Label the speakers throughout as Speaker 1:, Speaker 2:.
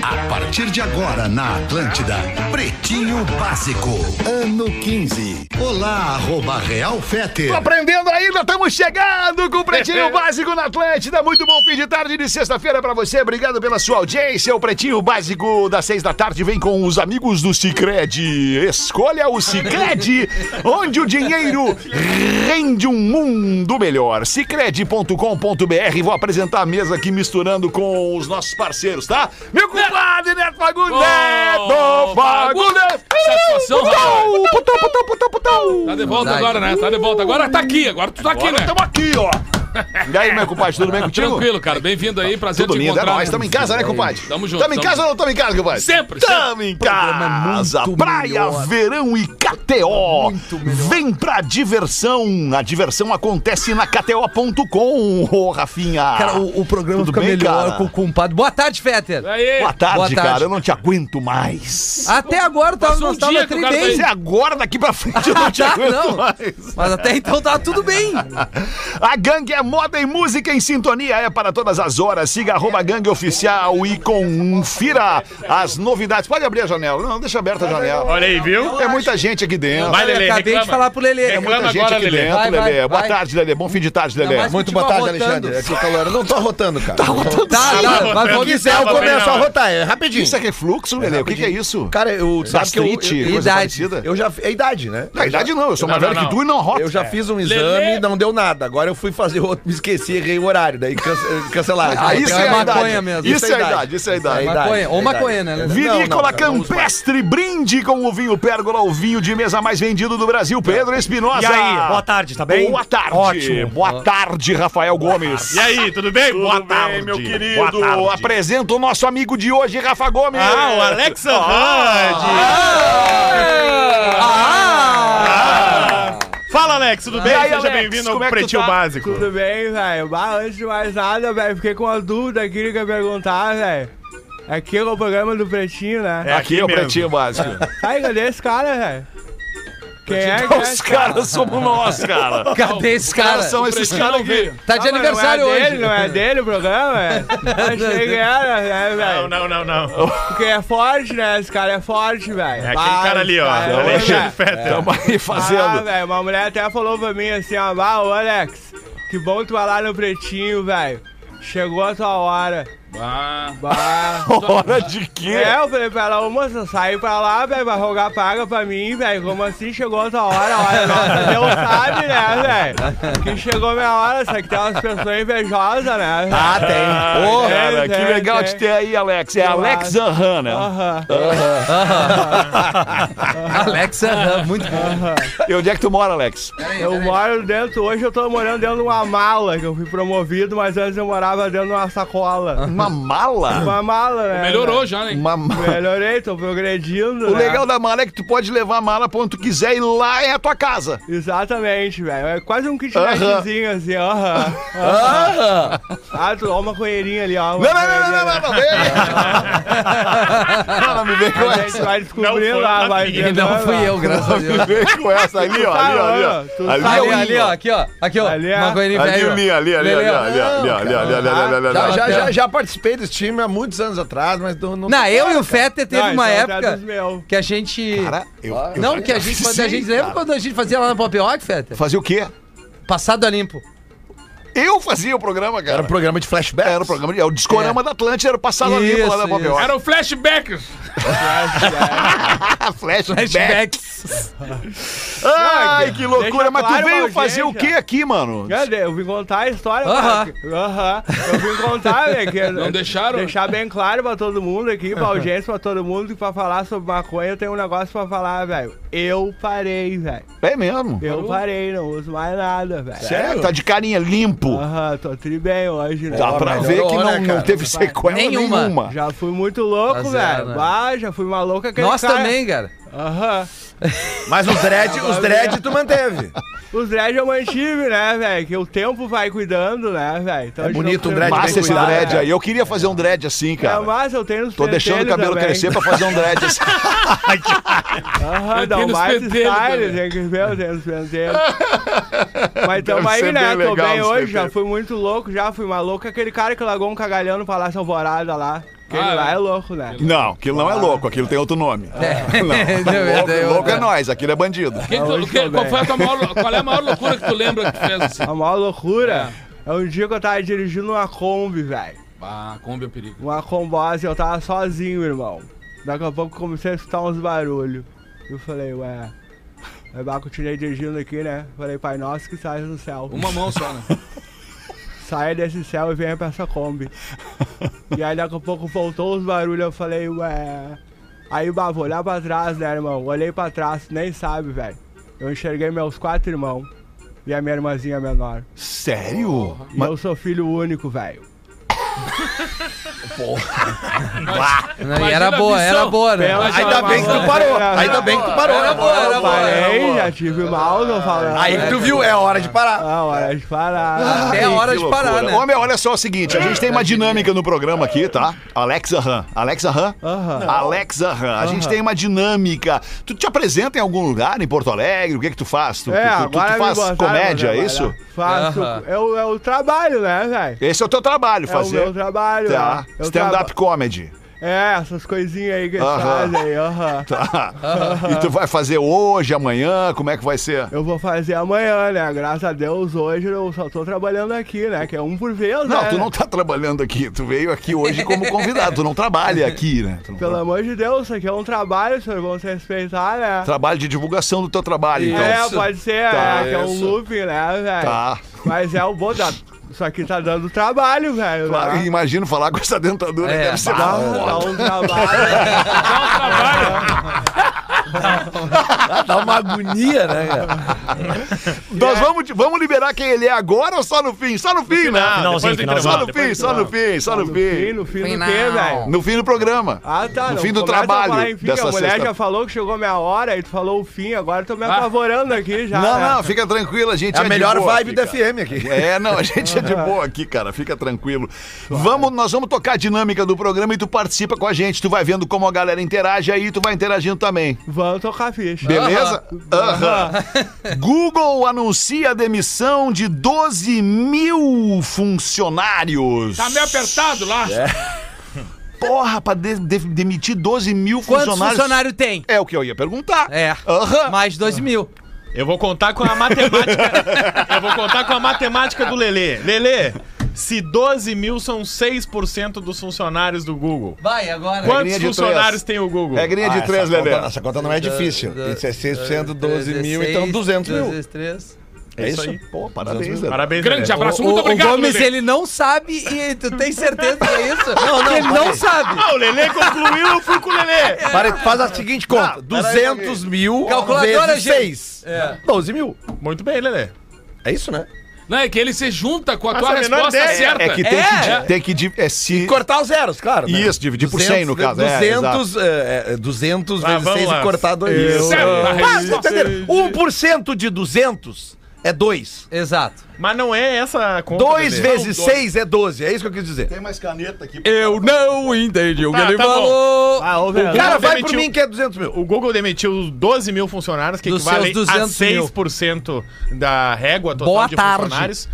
Speaker 1: A partir de agora na Atlântida, Pretinho Básico, ano 15. Olá, arroba Real Fete.
Speaker 2: Tô aprendendo ainda, estamos chegando com o Pretinho Básico na Atlântida. Muito bom fim de tarde de sexta-feira pra você. Obrigado pela sua audiência. O Pretinho Básico das seis da tarde vem com os amigos do Cicred. Escolha o Cicred, onde o dinheiro rende um mundo melhor. Cicred.com.br. Vou apresentar a mesa aqui misturando com os nossos parceiros, tá? Meu compadre Neto Fagundes! Neto Fagundes!
Speaker 3: Satisfação,
Speaker 2: Putão, putão, putão, putão, putão.
Speaker 3: Tá de volta agora, né? Tá de volta. Agora tá aqui, agora tu tá aqui, né?
Speaker 2: Estamos aqui, ó. E aí, meu compadre, tudo bem contigo?
Speaker 3: Tranquilo, cara. Bem-vindo aí, prazer
Speaker 2: Tudo
Speaker 3: te
Speaker 2: lindo, é
Speaker 3: encontrar.
Speaker 2: nóis. Estamos em casa, né, compadre?
Speaker 3: Tamo junto,
Speaker 2: Tamo em
Speaker 3: tamo
Speaker 2: casa ou não tamo em casa, compadre?
Speaker 3: Sempre,
Speaker 2: Tamo em casa. Praia, verão e KTO. Vem pra diversão. A diversão acontece na KTO.com, ô Rafinha.
Speaker 4: Cara, o, o programa
Speaker 2: Tudo
Speaker 4: fica
Speaker 2: bem,
Speaker 4: melhor
Speaker 2: cara?
Speaker 4: com o compadre. Boa tarde, Fetter.
Speaker 5: É.
Speaker 3: Aí.
Speaker 2: Boa, tarde,
Speaker 4: Boa tarde.
Speaker 2: cara. Eu não te aguento mais.
Speaker 4: Até agora eu tava,
Speaker 3: Passou um
Speaker 4: nós tava
Speaker 3: dia que o
Speaker 4: tri
Speaker 3: cara tá
Speaker 4: bem.
Speaker 2: Você agora, daqui pra frente, eu não te
Speaker 4: Tá,
Speaker 2: aguento
Speaker 4: não.
Speaker 2: mais.
Speaker 4: Mas até então tava tudo bem.
Speaker 2: A gangue é moda e música em sintonia, é para todas as horas. Siga arroba gangue oficial e confira as novidades. Pode abrir a janela. Não, deixa aberta a janela.
Speaker 6: Olha aí, viu?
Speaker 2: É muita gente aqui dentro.
Speaker 6: Vai, Lelê,
Speaker 4: acabei
Speaker 6: reclama.
Speaker 4: de falar pro Lelê.
Speaker 2: É muita
Speaker 6: Reclama
Speaker 2: gente
Speaker 6: agora,
Speaker 2: aqui
Speaker 6: Lelê.
Speaker 2: dentro,
Speaker 4: Vai, vai,
Speaker 2: Lelê. Boa
Speaker 4: vai.
Speaker 2: tarde, Lelê. Bom fim de tarde, Lelê.
Speaker 4: mais-
Speaker 7: Muito boa
Speaker 4: Futebol
Speaker 7: tarde,
Speaker 4: rotando.
Speaker 7: Alexandre. Aqui, calorando. Não tô rotando, cara.
Speaker 4: Tá, tá, mas vou dizer
Speaker 7: Eu
Speaker 6: tava
Speaker 4: algo.
Speaker 6: bem.
Speaker 7: começo a rotar, é rapidinho.
Speaker 2: Isso é refluxo, Lelê? O que, que é isso?
Speaker 7: Cara, eu sabe que eu,
Speaker 2: Gastrite,
Speaker 7: eu,
Speaker 2: coisa
Speaker 4: idade.
Speaker 2: parecida?
Speaker 7: eu já é idade, né?
Speaker 2: Na idade não, eu sou
Speaker 6: Não,
Speaker 2: mais
Speaker 6: não,
Speaker 2: velho que
Speaker 6: não.
Speaker 2: tu e não roto.
Speaker 7: Eu já fiz um exame,
Speaker 6: Lelê.
Speaker 7: não deu nada. Agora eu fui fazer outro, me esqueci, errei o horário, daí cancelado. cancelaram.
Speaker 4: Ah,
Speaker 2: isso
Speaker 4: então
Speaker 2: é,
Speaker 4: é
Speaker 2: a
Speaker 4: maconha
Speaker 2: idade.
Speaker 4: mesmo.
Speaker 2: Isso é a idade, isso é a idade.
Speaker 4: idade. Maconha, ou maconha, né, Lelê?
Speaker 2: Vinícola
Speaker 7: Não, não, não uso mais.
Speaker 2: Campestre, brinde com o vinho Pérgola, o vinho de mesa mais vendido do Brasil, Pedro Espinosa.
Speaker 6: E aí, boa tarde, tá bem?
Speaker 2: Boa tarde.
Speaker 6: Ótimo.
Speaker 2: Boa tarde, Rafael Gomes.
Speaker 6: E aí, tudo bem?
Speaker 2: Tudo
Speaker 6: Boa
Speaker 2: bem,
Speaker 6: tarde,
Speaker 2: meu
Speaker 6: Boa
Speaker 2: querido?
Speaker 6: tarde.
Speaker 2: Apresenta o nosso amigo de hoje, Rafa Gomes.
Speaker 6: Ah, o Alex Andrade.
Speaker 4: Ah!
Speaker 6: Fala, Alex, tudo bem?
Speaker 2: Ah. aí,
Speaker 6: Seja
Speaker 2: Alex,
Speaker 6: bem-vindo ao
Speaker 2: como é que tu
Speaker 6: Pretinho
Speaker 2: tá?
Speaker 6: Básico.
Speaker 5: Tudo bem, velho? Bah, Antes de mais nada, velho, fiquei com uma dúvida aqui que eu ia perguntar, velho. Aqui é o programa do Pretinho, né?
Speaker 6: É
Speaker 2: Aqui, é o Pretinho Básico.
Speaker 5: Ai, cadê esse cara, velho? Quem é que é
Speaker 2: Os
Speaker 5: esse cara?
Speaker 2: caras somos nós, cara.
Speaker 4: Cadê esse cara?
Speaker 2: São esses caras aqui.
Speaker 4: Tá de
Speaker 5: Ah, mas
Speaker 4: aniversário
Speaker 5: não é
Speaker 4: hoje.
Speaker 5: Dele, não é dele o programa, velho? Achei que era, né,
Speaker 6: Não,
Speaker 5: velho?
Speaker 6: não, não, não.
Speaker 5: Porque é forte, né? Esse cara é forte, velho.
Speaker 6: É aquele cara ali, ó.
Speaker 5: Vai,
Speaker 6: Alexandre
Speaker 5: vai,
Speaker 6: Fetter.
Speaker 2: Tamo aí
Speaker 5: Ah,
Speaker 2: Tá fazendo.
Speaker 5: velho, uma mulher até falou pra mim assim, ó, bah, ô Alex, que bom tu lá no Pretinho, velho. Chegou a tua hora.
Speaker 3: Ah,
Speaker 5: Bah...
Speaker 2: Hora de quê?
Speaker 5: É, eu falei pra ela, ô moça, sai pra lá, velho, vai rogar paga pra mim, velho. Como assim chegou outra hora? Olha, nossa, Deus sabe, né, velho? Que chegou minha hora, só que tem umas pessoas invejosas, né? velho?
Speaker 7: Ah, tem.
Speaker 2: Ô,
Speaker 5: É,
Speaker 2: cara,
Speaker 5: é,
Speaker 2: que legal
Speaker 5: é.
Speaker 2: de ter aí, Alex. É
Speaker 5: Eu
Speaker 2: Alex
Speaker 5: acho.
Speaker 2: Zanhan, né?
Speaker 5: Aham.
Speaker 4: Alexa, aham, muito bom.
Speaker 2: E onde é que tu mora, Alex?
Speaker 5: Eu moro dentro, hoje eu tô morando dentro de uma mala, que eu fui promovido, mas antes eu morava dentro de uma sacola.
Speaker 2: Uma mala?
Speaker 5: Uma mala, né?
Speaker 3: melhorou já, né?
Speaker 2: Uma mala.
Speaker 5: velho? Melhorei, tô progredindo.
Speaker 2: O
Speaker 5: né?
Speaker 2: legal da mala é que tu pode levar a mala pra onde tu quiser e lá é a tua casa.
Speaker 5: Exatamente, velho. É quase um kitnetzinho assim, aham.
Speaker 4: Aham.
Speaker 5: Ah, tu ó, uma coeirinha ali, ó. uma
Speaker 2: Não, não, não,
Speaker 5: coeirinha,
Speaker 2: não, não,
Speaker 5: né?
Speaker 2: não, não, vem aí. Não, não me vem com
Speaker 5: A gente
Speaker 2: essa.
Speaker 5: vai descobrir
Speaker 6: Não
Speaker 5: lá,
Speaker 6: foi
Speaker 5: vai
Speaker 6: aqui.
Speaker 5: ver.
Speaker 4: Não fui eu, graças a Deus.
Speaker 2: Me vem com essa ali, ó, ali, ó, ali, ó. Ali,
Speaker 4: Ali,
Speaker 2: ó,
Speaker 4: ali, ó, aqui, ó. Aqui, ó.
Speaker 5: Ali é-
Speaker 4: Maconha
Speaker 2: Ali,
Speaker 4: velho.
Speaker 2: ali, ali, ali, ali,
Speaker 4: Lelê, ó.
Speaker 2: ali, ali, ali, ali, ali, ali, ali, ali,
Speaker 7: Já,
Speaker 2: ali.
Speaker 7: já, já, já participei desse time há muitos anos atrás, mas não. não-
Speaker 4: Não, eu e o Fetter teve
Speaker 5: Não,
Speaker 4: uma
Speaker 5: então até
Speaker 4: época
Speaker 5: dos meu.
Speaker 4: que a gente.
Speaker 2: Cara, eu- eu-
Speaker 4: Não, que a gente. Quando a
Speaker 2: Sim,
Speaker 4: gente lembra
Speaker 2: cara.
Speaker 4: quando a gente fazia lá na Pop Rock, Fetter?
Speaker 2: Fazia o quê?
Speaker 4: Passado a limpo.
Speaker 2: Eu fazia o programa,
Speaker 7: Era um
Speaker 2: cara.
Speaker 7: programa de flashback.
Speaker 2: Era o programa, de- era o discorama
Speaker 4: É.
Speaker 2: da Atlântida, era o passado ali lá
Speaker 4: Isso,
Speaker 2: da Papel.
Speaker 4: isso.
Speaker 3: Era o flashback.
Speaker 2: Ah,
Speaker 4: né?
Speaker 2: flashback.
Speaker 4: Flashbacks.
Speaker 2: Ai, que loucura.
Speaker 5: Deixa
Speaker 2: Mas tu
Speaker 5: claro,
Speaker 2: veio
Speaker 5: Valdir,
Speaker 2: fazer o
Speaker 5: já.
Speaker 2: quê aqui, mano?
Speaker 5: Cadê? Eu vim contar a história,
Speaker 4: Aham.
Speaker 5: cara. Aham. Eu vim contar, né? que-
Speaker 3: Não deixaram?
Speaker 5: Deixar bem claro pra todo mundo aqui, pra audiência, pra todo mundo, que pra falar sobre maconha eu tenho um negócio pra falar, velho. Eu parei, velho.
Speaker 2: É mesmo.
Speaker 5: Eu parei, não uso mais nada, velho.
Speaker 2: Sério? Tá de carinha limpo.
Speaker 5: Aham, tô tri bem hoje, né?
Speaker 2: Dá pra
Speaker 7: melhorou,
Speaker 2: ver que
Speaker 7: né,
Speaker 2: não, não
Speaker 7: cara?
Speaker 2: teve sequela
Speaker 4: Nenhuma.
Speaker 2: nenhuma.
Speaker 5: Já fui muito
Speaker 4: Tá zero,
Speaker 5: louco, velho.
Speaker 4: né?
Speaker 5: Ah, lá, já fui maluca. aquele
Speaker 4: Nós
Speaker 5: cara-
Speaker 4: também, cara.
Speaker 5: Aham.
Speaker 8: Mas os
Speaker 7: é
Speaker 8: dread, os dread tu manteve.
Speaker 5: Os dread é eu mantive, né, velho? Que o tempo vai cuidando, né, velho? Então
Speaker 8: É
Speaker 5: a gente não
Speaker 8: bonito um
Speaker 5: precisa-
Speaker 8: dread bem
Speaker 2: Massa esse
Speaker 8: cuidado,
Speaker 2: dread
Speaker 8: cara.
Speaker 2: aí. Eu queria fazer um dread assim,
Speaker 5: É
Speaker 2: cara.
Speaker 5: massa, eu tenho nos
Speaker 2: Tô deixando o
Speaker 5: pentelhos
Speaker 2: cabelo
Speaker 5: também.
Speaker 2: crescer pra fazer um dread assim.
Speaker 5: Aham,
Speaker 3: Eu
Speaker 5: dá
Speaker 3: tenho
Speaker 5: um
Speaker 3: nos
Speaker 5: mais
Speaker 3: pentelhos
Speaker 5: style,
Speaker 3: também.
Speaker 5: tem que ver, eu tenho nos pentelhos. Mas tamo
Speaker 2: Deve ser
Speaker 5: aí, né?
Speaker 2: bem
Speaker 5: Tô
Speaker 2: legal
Speaker 5: bem
Speaker 2: nos
Speaker 5: hoje, já
Speaker 2: pentelhos.
Speaker 5: fui muito louco, já fui maluco. Aquele cara que largou um cagalhão no Palácio Alvorada lá. Aquele
Speaker 3: Ah,
Speaker 5: lá
Speaker 3: é.
Speaker 5: é louco, né?
Speaker 2: Não, aquilo não é louco, aquilo tem outro nome.
Speaker 4: É. Não, eu-
Speaker 2: Louco,
Speaker 4: eu-
Speaker 2: louco é nós, aquilo é bandido.
Speaker 3: Quem tu-
Speaker 5: hoje
Speaker 3: que-
Speaker 5: tô
Speaker 3: qual,
Speaker 5: bem.
Speaker 3: foi a tua maior, lou- qual é a maior loucura que tu lembra que tu fez assim?
Speaker 5: É A maior loucura é um dia que eu tava dirigindo uma Kombi, velho.
Speaker 3: Ah, Kombi é um perigo.
Speaker 5: Uma combose, eu tava sozinho, irmão. Daqui a pouco comecei a escutar uns barulhos. Eu falei, ué. Aí bah, continuei dirigindo aqui, né? Falei, pai nosso que sai do céu.
Speaker 3: Uma mão só, né?
Speaker 5: Saia desse céu e venha pra essa Kombi. e aí daqui a pouco voltou os barulhos, eu falei, ué. Aí, bah, vou olhar pra trás, né, irmão? Olhei pra trás, nem sabe, velho. Eu enxerguei meus quatro irmãos e a minha irmãzinha menor.
Speaker 2: Sério?
Speaker 5: E eu sou filho único, velho.
Speaker 4: Não, e era boa, era boa, né?
Speaker 5: Pela-
Speaker 8: Ainda bem que tu parou.
Speaker 5: É.
Speaker 8: Ainda bem que tu parou.
Speaker 5: né?
Speaker 4: Era boa, era
Speaker 5: Eu
Speaker 4: boa. era
Speaker 5: parei,
Speaker 4: boa.
Speaker 5: já tive mal, não falando.
Speaker 8: Aí que tu viu, é a hora de parar.
Speaker 5: Ah, hora de parar.
Speaker 4: Até a hora de
Speaker 2: loucura.
Speaker 4: parar, né?
Speaker 2: Homem, olha só o seguinte, a gente tem uma dinâmica no programa aqui, tá? Alexa Han. Alexa Han?
Speaker 5: Aham.
Speaker 2: Alexa Han. A gente tem uma dinâmica. Tu te apresenta em algum lugar em Porto Alegre? O que é que tu faz? Tu,
Speaker 5: É,
Speaker 2: tu- tu- tu
Speaker 5: agora me botaram
Speaker 2: faz
Speaker 5: pra
Speaker 2: comédia, é
Speaker 5: trabalhar.
Speaker 2: isso?
Speaker 5: Faço.
Speaker 4: Aham.
Speaker 5: É o, é o trabalho, né, velho?
Speaker 2: Esse é o teu trabalho,
Speaker 5: É o
Speaker 2: fazer.
Speaker 5: meu trabalho.
Speaker 2: Tá.
Speaker 5: né? Eu
Speaker 2: Stand-up comedy.
Speaker 5: traba- É, essas coisinhas aí que eles
Speaker 2: Aham.
Speaker 5: fazem aí, aham.
Speaker 2: Tá. E tu vai fazer hoje, amanhã? Como é que vai ser?
Speaker 5: Eu vou fazer amanhã, né? Graças a Deus, hoje eu só tô trabalhando aqui, né? Que é um por vez, né?
Speaker 2: Não, tu não tá trabalhando aqui. Tu veio aqui hoje como convidado. Tu não trabalha aqui, né? Tu não
Speaker 5: Pelo amor de Deus, isso aqui é um trabalho, senhor. Vamos se respeitar, né?
Speaker 2: Trabalho de divulgação do teu trabalho, então.
Speaker 5: é, pode ser,
Speaker 2: Tá,
Speaker 5: é, que é um
Speaker 2: isso.
Speaker 5: loop, né, velho?
Speaker 2: Tá.
Speaker 5: Mas é o bom da... Isso aqui tá dando trabalho, velho.
Speaker 2: Claro,
Speaker 5: né?
Speaker 2: imagino falar com essa dentadura.
Speaker 4: É,
Speaker 2: deve ser
Speaker 5: Dá,
Speaker 2: uma
Speaker 5: dá
Speaker 2: foda.
Speaker 5: um trabalho.
Speaker 8: Dá
Speaker 7: Tá
Speaker 8: uma agonia, né,
Speaker 7: É
Speaker 8: cara?
Speaker 2: Nós vamos, te- vamos liberar quem ele é agora ou só no fim? Só no fim, né?
Speaker 7: Finalzinho,
Speaker 2: Depois do- Só no
Speaker 7: finalzinho.
Speaker 2: fim, só no fim, só no
Speaker 5: E
Speaker 2: fim.
Speaker 5: no fim do quê,
Speaker 4: Final.
Speaker 5: velho?
Speaker 2: No fim do programa.
Speaker 5: Ah, tá.
Speaker 2: No
Speaker 5: não
Speaker 2: fim do
Speaker 5: começa a
Speaker 2: trabalho
Speaker 5: falar em fim, que
Speaker 2: dessa
Speaker 5: a mulher
Speaker 2: sexta-
Speaker 5: já falou que chegou minha hora e tu falou o fim, agora eu tô me
Speaker 2: Ah.
Speaker 5: apavorando aqui já.
Speaker 2: Não,
Speaker 5: né?
Speaker 2: não, fica tranquilo, a gente
Speaker 8: É a
Speaker 2: de
Speaker 8: melhor
Speaker 2: boa
Speaker 8: vibe
Speaker 2: aqui,
Speaker 8: da
Speaker 2: cara.
Speaker 8: FM aqui.
Speaker 2: É, não, a gente é de boa aqui, cara. Fica tranquilo. Vamos, nós vamos tocar a dinâmica do programa e tu participa com a gente. Tu vai vendo como a galera interage aí, tu vai interagindo também.
Speaker 5: Vamos tocar ficha.
Speaker 2: Beleza? Aham. Google anuncia a demissão de 12 mil funcionários. É.
Speaker 3: Tá meio apertado lá.
Speaker 2: Porra, pra de- de- demitir 12 mil
Speaker 4: Quantos
Speaker 2: funcionários.
Speaker 4: funcionários tem?
Speaker 2: É o que eu ia perguntar.
Speaker 4: É.
Speaker 2: Aham.
Speaker 4: Mais 2 mil.
Speaker 7: Eu vou contar com a matemática. eu vou contar com a matemática do Lelê. Lelê, se 12 mil são 6% dos funcionários do Google,
Speaker 4: Vai, agora.
Speaker 7: quantos
Speaker 2: de
Speaker 7: funcionários tem o Google?
Speaker 2: Regrinha de
Speaker 8: Ah,
Speaker 2: três, né,
Speaker 8: essa
Speaker 2: Lelê.
Speaker 8: Conta, essa conta não é difícil. Isso é 6%, 12 mil, então 200 mil.
Speaker 4: 3.
Speaker 8: É isso aí.
Speaker 2: Pô, parabéns, Lelê.
Speaker 7: Parabéns,
Speaker 3: Grande
Speaker 7: Lelê.
Speaker 3: abraço,
Speaker 4: O,
Speaker 3: muito
Speaker 4: o
Speaker 3: obrigado,
Speaker 4: Gomes,
Speaker 3: Lelê.
Speaker 4: ele não sabe e tu tem certeza que é isso? Não, não. Ele não sabe.
Speaker 7: Ah, o Lelê concluiu, eu fui com o Lelê.
Speaker 8: Para, faz a seguinte conta: É 200 mil
Speaker 4: Calculadora,
Speaker 8: vezes
Speaker 4: gente. É.
Speaker 8: 6. 12 mil.
Speaker 7: Muito bem, Lelê.
Speaker 8: É isso, né?
Speaker 3: Não, é que ele se junta com a
Speaker 7: Nossa,
Speaker 3: tua
Speaker 7: a menor
Speaker 3: resposta
Speaker 7: ideia.
Speaker 3: certa.
Speaker 2: É que tem
Speaker 4: É.
Speaker 2: que. Tem que di- é se...
Speaker 8: Cortar os zeros, claro. né?
Speaker 2: Isso, dividir por 100 no caso. É, exato.
Speaker 8: 200, é, é, 200
Speaker 7: Ah,
Speaker 8: vezes
Speaker 7: vamos
Speaker 8: 6
Speaker 7: lá.
Speaker 8: e cortar 2
Speaker 7: Eu-
Speaker 8: mil.
Speaker 3: Certa
Speaker 8: Ah,
Speaker 3: resposta.
Speaker 8: vocês entenderam? 1% de 200 é 2.
Speaker 4: Exato.
Speaker 7: Mas não é essa a conta. né?
Speaker 8: 2
Speaker 7: Lelê.
Speaker 8: vezes
Speaker 7: Não, dois.
Speaker 8: 6 é 12. É isso que eu quis dizer.
Speaker 2: Tem mais caneta aqui.
Speaker 4: Eu não entendi o
Speaker 7: Tá, tá bom.
Speaker 5: Ah, ô, velho.
Speaker 8: Cara, vai por
Speaker 7: demitiu-
Speaker 8: mim que é 200 mil.
Speaker 7: O Google demitiu 12 mil funcionários, que
Speaker 4: Dos
Speaker 7: equivale
Speaker 4: seus
Speaker 7: a
Speaker 4: 200 mil.
Speaker 7: 6% da régua total
Speaker 4: Boa
Speaker 7: de
Speaker 4: tarde.
Speaker 7: funcionários.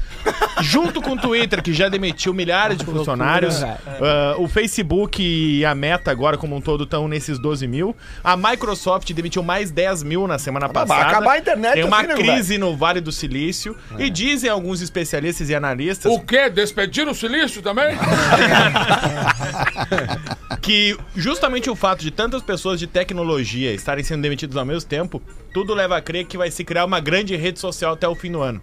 Speaker 7: Junto com o Twitter, que já demitiu milhares de funcionários. ah, o Facebook e a Meta, agora como um todo, estão nesses 12 mil. A Microsoft demitiu mais 10 mil na semana
Speaker 8: vai
Speaker 7: passada.
Speaker 8: acabar a internet
Speaker 7: Tem uma
Speaker 8: assim, né, É.
Speaker 7: crise no Vale do Silício. E dizem alguns especialistas e analistas
Speaker 3: O quê? Despediram o silício também?
Speaker 7: que justamente o fato de tantas pessoas de tecnologia estarem sendo demitidas ao mesmo tempo, tudo leva a crer que vai se criar uma grande rede social até o fim do ano.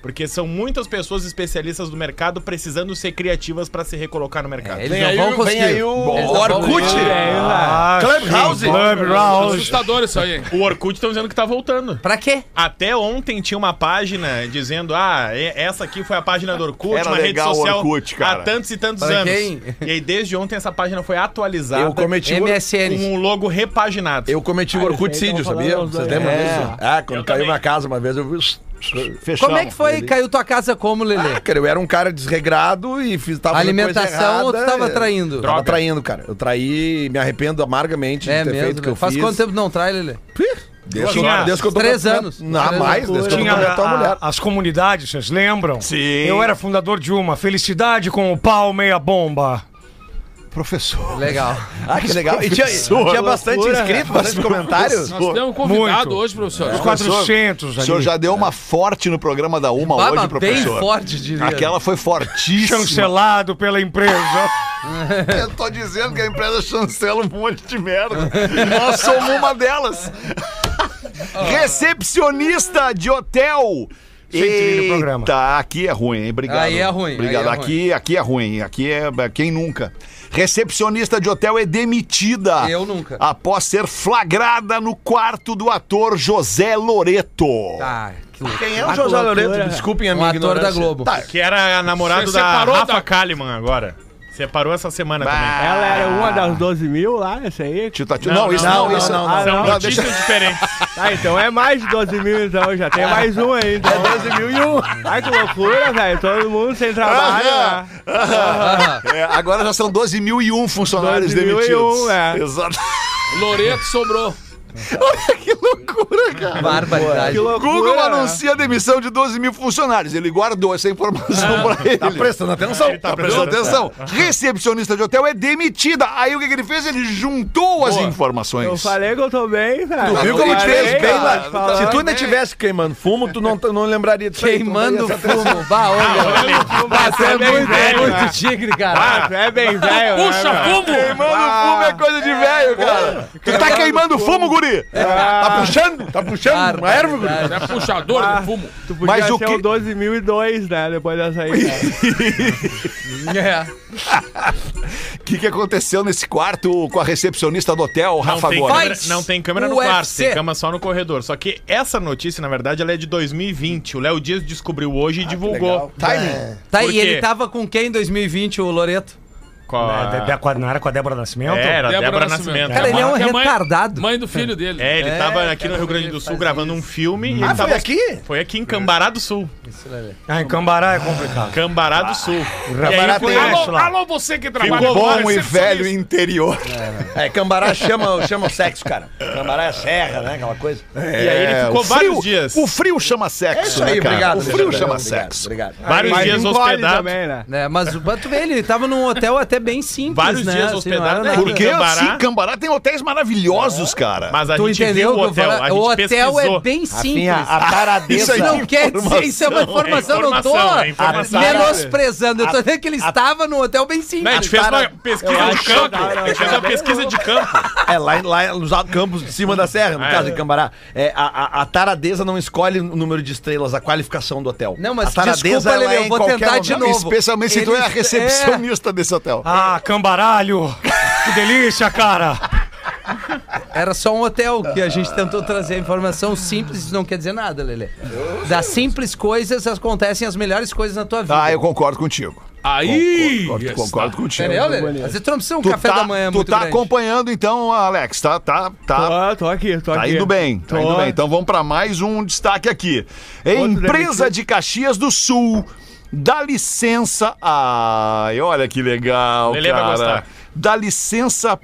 Speaker 7: Porque são muitas pessoas especialistas do mercado precisando ser criativas pra se recolocar no mercado.
Speaker 4: Eles
Speaker 8: Vem
Speaker 4: não
Speaker 8: aí,
Speaker 4: vão
Speaker 8: o-
Speaker 4: conseguir.
Speaker 8: vem aí o
Speaker 4: Eles não vão
Speaker 8: Orkut.
Speaker 4: conseguir.
Speaker 8: é um Clubhouse.
Speaker 3: Assustador isso aí. hein?
Speaker 7: Ah, O Orkut estão dizendo que tá voltando.
Speaker 4: Pra quê?
Speaker 7: Até ontem tinha uma página dizendo: ah, e- essa aqui foi a página do Orkut,
Speaker 1: Era
Speaker 7: uma
Speaker 1: legal o
Speaker 7: rede social
Speaker 1: Orkut, cara.
Speaker 7: há tantos e tantos
Speaker 4: Pra
Speaker 7: anos.
Speaker 4: quem?
Speaker 7: E aí, desde ontem, essa página foi atualizada
Speaker 8: Eu cometi o-
Speaker 7: com
Speaker 4: MSN.
Speaker 7: um logo repaginado.
Speaker 8: Eu cometi o Orkut Sídio, sabia? Vocês lembram
Speaker 4: É.
Speaker 8: disso? Ah, quando
Speaker 7: Eu
Speaker 8: caiu
Speaker 7: também.
Speaker 8: uma casa uma vez, eu vi.
Speaker 1: Fechamos.
Speaker 4: Como é que foi? Caiu tua casa como, Lelê?
Speaker 8: Ah, cara, eu era um cara desregrado e fiz tava fazendo coisa
Speaker 4: Alimentação ou tu
Speaker 8: errada,
Speaker 4: tava
Speaker 8: é.
Speaker 4: traindo?
Speaker 8: Tava
Speaker 7: Droga.
Speaker 8: traindo, cara. Eu traí, me arrependo amargamente
Speaker 4: É
Speaker 8: de ter
Speaker 4: mesmo.
Speaker 8: feito o que eu
Speaker 4: velho. Faz
Speaker 8: fiz.
Speaker 4: quanto tempo não trai, Lelê?
Speaker 8: Desde, que-
Speaker 1: um
Speaker 7: Duas horas.
Speaker 8: desde que eu tô
Speaker 4: Três
Speaker 8: com a-
Speaker 4: anos.
Speaker 8: Não,
Speaker 4: Três
Speaker 8: mais, desde que eu tô
Speaker 2: Tinha
Speaker 8: com a tua
Speaker 2: a-
Speaker 8: mulher.
Speaker 2: as comunidades, vocês lembram?
Speaker 1: Sim.
Speaker 2: Eu era fundador de uma, Felicidade com o Pau Meia Bomba.
Speaker 1: professor.
Speaker 4: Legal.
Speaker 8: Ah, que legal. E tinha, tinha bastante inscrito, bastante comentário.
Speaker 3: Nós temos um convidado
Speaker 2: Muito.
Speaker 3: hoje, professor.
Speaker 2: Os 400
Speaker 1: O
Speaker 2: ali.
Speaker 1: senhor já deu uma forte no programa da Uma
Speaker 4: Baba
Speaker 1: hoje,
Speaker 4: bem
Speaker 1: professor.
Speaker 4: forte, diria.
Speaker 1: Aquela foi fortíssima.
Speaker 2: Chancelado pela empresa.
Speaker 1: Eu tô dizendo que a empresa chancela um monte de merda. E nós somos uma delas. Recepcionista de hotel.
Speaker 2: Sem trilha o programa.
Speaker 1: Eita, aqui é ruim, hein? Obrigado.
Speaker 4: Aí é ruim, aí
Speaker 1: Obrigado.
Speaker 4: é
Speaker 1: aqui, aqui é ruim. Aqui é quem nunca. Recepcionista de hotel é demitida.
Speaker 4: Eu nunca.
Speaker 1: Após ser flagrada no quarto do ator José Loreto.
Speaker 4: Ah, que louco.
Speaker 8: Quem é o José Loreto? Desculpem a
Speaker 4: Um
Speaker 8: minha
Speaker 4: ator da
Speaker 8: ignorância.
Speaker 4: Globo.
Speaker 7: Que era a namorada
Speaker 3: Você
Speaker 7: da
Speaker 3: separou
Speaker 7: Rafa
Speaker 3: da-
Speaker 7: Kalimann agora. Separou essa semana também.
Speaker 5: Ela era uma das 12 mil lá, essa aí?
Speaker 1: Tio Tati- Não, isso não, isso não.
Speaker 5: Ah,
Speaker 7: São
Speaker 5: não.
Speaker 7: notícias diferentes.
Speaker 5: Ah, então é mais de 12 mil, então. Já tem mais um aí. Então. É 12 mil e um. Ai, que loucura, velho. Todo mundo sem trabalho,
Speaker 1: Aham.
Speaker 5: né?
Speaker 1: É, agora já são 12 mil e um funcionários
Speaker 5: 12.001,
Speaker 1: demitidos.
Speaker 5: é.
Speaker 1: Exato.
Speaker 3: Loreto sobrou.
Speaker 1: que loucura, cara.
Speaker 4: Barbaridade.
Speaker 5: Que loucura. né?
Speaker 1: Google anuncia a demissão de 12 mil funcionários. Ele guardou essa informação pra ele. Tá
Speaker 8: Prestando atenção.
Speaker 1: Presta
Speaker 7: Tá prestando
Speaker 1: atenção. Recepcionista de hotel é demitida. Aí o que, que ele fez? Ele juntou as informações.
Speaker 5: Eu falei que eu tô bem, velho.
Speaker 8: Tu viu como
Speaker 5: eu
Speaker 8: te fez bem lá? Se
Speaker 5: Se
Speaker 8: tu ainda tivesse queimando fumo, tu não, não lembraria disso aí, tu não
Speaker 4: Queimando
Speaker 8: teria então, essa
Speaker 4: fumo. Bah,
Speaker 7: Ah,
Speaker 4: olha. Você é
Speaker 5: bem
Speaker 4: muito, é
Speaker 5: velho, né?
Speaker 4: muito Ah, tigre,
Speaker 7: Ah,
Speaker 4: cara.
Speaker 5: Tu é bem velho, né,
Speaker 3: Puxa
Speaker 8: é.
Speaker 5: velho?
Speaker 3: fumo!
Speaker 1: Queimando fumo é coisa de velho, cara. Tu tá queimando fumo, guri?
Speaker 8: Tá puxando, tá puxando uma erva. guri.
Speaker 3: É puxador
Speaker 8: Ah,
Speaker 3: de fumo.
Speaker 5: Tu podia
Speaker 1: Mas
Speaker 5: ser
Speaker 1: o
Speaker 5: o
Speaker 1: que-
Speaker 5: 12.002, né? Depois dessa aí. cara.
Speaker 4: É.
Speaker 1: O que, que aconteceu nesse quarto com a recepcionista do hotel,
Speaker 7: Não
Speaker 1: Rafa
Speaker 7: tem,
Speaker 1: Gomes?
Speaker 7: câmera, não tem câmera no
Speaker 4: UFC.
Speaker 7: quarto, tem cama só no corredor. Só que essa notícia, na verdade, ela é de 2020. O Léo Dias descobriu
Speaker 1: Ah,
Speaker 7: hoje e divulgou.
Speaker 1: Timing.
Speaker 4: Tá,
Speaker 7: Por
Speaker 4: e
Speaker 7: quê?
Speaker 4: ele tava com quem em 2020, o Loreto?
Speaker 7: Qual a-
Speaker 2: É, de- de- Não era com a Débora Nascimento?
Speaker 7: É,
Speaker 8: tá,
Speaker 7: era Débora,
Speaker 3: Débora
Speaker 7: Nascimento.
Speaker 3: Nascimento.
Speaker 4: Cara, ele é um
Speaker 3: Que a mãe-
Speaker 4: retardado.
Speaker 3: Mãe do filho dele.
Speaker 7: É, ele
Speaker 4: É,
Speaker 7: tava aqui
Speaker 4: cara,
Speaker 7: no Rio Grande do
Speaker 4: ele
Speaker 7: Sul
Speaker 4: faz
Speaker 7: gravando um filme. e ele
Speaker 8: Ah,
Speaker 7: tava
Speaker 8: foi aqui?
Speaker 7: Foi aqui em Cambará do Sul.
Speaker 2: Ah, em Cambará é complicado.
Speaker 7: Cambará do Sul.
Speaker 2: Cambará tem isso
Speaker 3: Alô,
Speaker 2: lá.
Speaker 3: alô, você que trabalha
Speaker 7: Ficou
Speaker 3: com
Speaker 1: Bom e
Speaker 3: recepcionista.
Speaker 1: velho interior.
Speaker 8: É, Cambará chama, chama o sexo, cara. Cambará é serra, né? Aquela coisa.
Speaker 7: E aí ele ficou
Speaker 1: É, o frio-
Speaker 7: vários dias.
Speaker 1: O frio chama sexo.
Speaker 8: É isso aí,
Speaker 1: né, cara?
Speaker 8: obrigado.
Speaker 1: O frio
Speaker 8: Alexandre.
Speaker 1: chama
Speaker 8: Obrigado,
Speaker 1: sexo.
Speaker 8: Obrigado.
Speaker 7: Vários
Speaker 5: Mas
Speaker 7: dias
Speaker 5: encolhe
Speaker 7: hospedado.
Speaker 5: também, né?
Speaker 4: É, mas o tu vê, ele tava num hotel até bem simples,
Speaker 7: Vários
Speaker 4: né?
Speaker 7: dias
Speaker 4: Assim, não era
Speaker 7: hospedado.
Speaker 4: nada.
Speaker 7: né?
Speaker 1: Porque
Speaker 7: Cambará.
Speaker 1: sim, Cambará tem hotéis maravilhosos, cara.
Speaker 7: Mas a
Speaker 4: Tu
Speaker 7: gente viu
Speaker 4: entendeu?
Speaker 7: o
Speaker 4: que eu
Speaker 7: hotel.
Speaker 4: falo?
Speaker 7: A gente
Speaker 4: o hotel
Speaker 7: pesquisou.
Speaker 4: é
Speaker 8: Sim,
Speaker 4: bem
Speaker 8: Assim,
Speaker 4: simples.
Speaker 8: a, a
Speaker 1: Isso
Speaker 8: taradeza.
Speaker 1: aí
Speaker 4: Não quer dizer, isso é uma informação,
Speaker 7: é
Speaker 4: não tô
Speaker 7: informação, é informação.
Speaker 4: menosprezando. Eu tô dizendo que ele estava num hotel bem
Speaker 7: Não, a
Speaker 4: simples.
Speaker 7: gente fez uma
Speaker 5: eu
Speaker 7: pesquisa de
Speaker 5: acho que-
Speaker 7: campo. A gente fez uma pesquisa de campo.
Speaker 8: É, lá, em- lá em- nos altos campos de cima da serra, no
Speaker 7: É.
Speaker 8: caso de Cambará. É, a, a- a taradeza não escolhe o número de estrelas, a qualificação do hotel.
Speaker 4: Não, mas
Speaker 8: a taradeza,
Speaker 4: desculpa,
Speaker 8: ela é
Speaker 4: Lelê, eu
Speaker 8: em
Speaker 4: vou
Speaker 8: qualquer
Speaker 4: tentar de
Speaker 8: momento.
Speaker 4: novo.
Speaker 1: Especialmente se tu é a
Speaker 4: Eles-
Speaker 1: recepcionista desse hotel.
Speaker 2: Ah, Cambaralho. Que delícia, cara.
Speaker 4: Era só um hotel que a gente tentou trazer a informação simples, isso não quer dizer nada, Lelê. Das simples coisas acontecem as melhores coisas na tua vida.
Speaker 8: Tá,
Speaker 1: Ah, eu concordo contigo.
Speaker 3: Aí!
Speaker 1: Concordo,
Speaker 3: está.
Speaker 1: concordo contigo.
Speaker 4: Entendeu, Lelê? Às vezes tu não precisa um
Speaker 1: Tu
Speaker 4: café
Speaker 1: tá,
Speaker 4: da manhã
Speaker 1: tu
Speaker 4: muito
Speaker 1: tá
Speaker 4: grande.
Speaker 1: acompanhando então, Alex, tá, tá, tá,
Speaker 5: Tô, tô aqui, tô aqui.
Speaker 1: tá indo bem, tá indo
Speaker 5: Tô.
Speaker 1: bem. Então vamos para mais um destaque aqui. Empresa de Caxias do Sul dá licença, ai, olha que legal,
Speaker 7: Lelê vai
Speaker 1: cara.
Speaker 7: gostar.
Speaker 1: Dá licença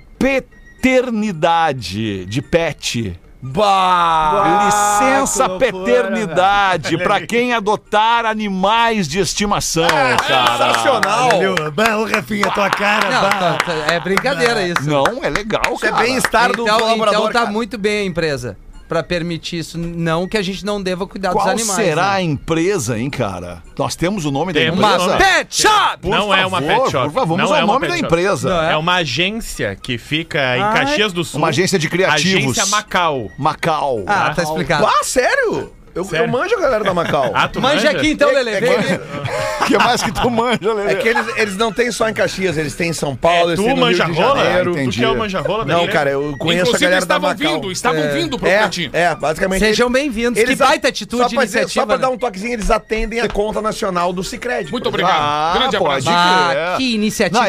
Speaker 1: paternidade de pet.
Speaker 4: Ah,
Speaker 8: Bah!
Speaker 1: licença
Speaker 5: que loucura,
Speaker 1: paternidade
Speaker 4: né?
Speaker 1: para quem adotar animais de estimação, cara.
Speaker 8: Ah, é Sensacional!
Speaker 9: Ah,
Speaker 2: Ô, Rafinha, tua cara.
Speaker 4: Não, tá- tá- é brincadeira isso.
Speaker 1: Não, é legal,
Speaker 8: Isso é
Speaker 1: cara.
Speaker 8: bem-estar do
Speaker 4: então,
Speaker 8: colaborador.
Speaker 4: então tá
Speaker 8: cara.
Speaker 4: muito bem a empresa pra permitir isso. Não que a gente não deva cuidar
Speaker 1: Qual
Speaker 4: dos animais.
Speaker 1: será
Speaker 4: né?
Speaker 1: a empresa, hein, cara? Nós temos o nome
Speaker 7: Temos.
Speaker 1: da empresa.
Speaker 4: Uma pet shop! Ah,
Speaker 7: não é uma pet shop.
Speaker 1: Por favor, vamos
Speaker 7: Não
Speaker 1: usar
Speaker 7: é
Speaker 1: o
Speaker 7: uma
Speaker 1: nome
Speaker 7: pet
Speaker 1: da
Speaker 7: shop.
Speaker 1: empresa.
Speaker 4: Não,
Speaker 7: É uma agência que fica em Caxias do Sul.
Speaker 1: Uma agência de criativos.
Speaker 7: Agência Macau.
Speaker 1: Macau.
Speaker 4: Ah, tá explicado.
Speaker 8: Ah, sério? Eu, eu
Speaker 7: Sério?
Speaker 8: manjo a galera da Macau.
Speaker 7: Ah, tu
Speaker 4: Manja aqui então, Lele.
Speaker 8: é,
Speaker 4: vem.
Speaker 8: que,
Speaker 1: O que mais que tu manja, Lelê?
Speaker 8: é que eles, eles não têm só em Caxias, eles têm em São Paulo,
Speaker 7: É,
Speaker 8: eles
Speaker 7: tu
Speaker 8: têm no Rio
Speaker 7: manja
Speaker 8: de
Speaker 7: rola?
Speaker 8: Janeiro.
Speaker 7: Tu que é o manja rola
Speaker 8: Não, cara, eu conheço a galera da
Speaker 3: estavam
Speaker 8: Macau.
Speaker 3: vindo, estavam vindo pro Pretinho.
Speaker 8: é, é, basicamente.
Speaker 4: Sejam bem-vindos. Que
Speaker 8: a-
Speaker 4: baita atitude
Speaker 8: só pra, dizer-
Speaker 4: iniciativa,
Speaker 8: só pra
Speaker 4: né?
Speaker 8: dar um toquezinho, eles atendem a conta nacional do Sicredi.
Speaker 3: Muito obrigado. Grande abraço.
Speaker 8: É.
Speaker 4: Ah, que iniciativa.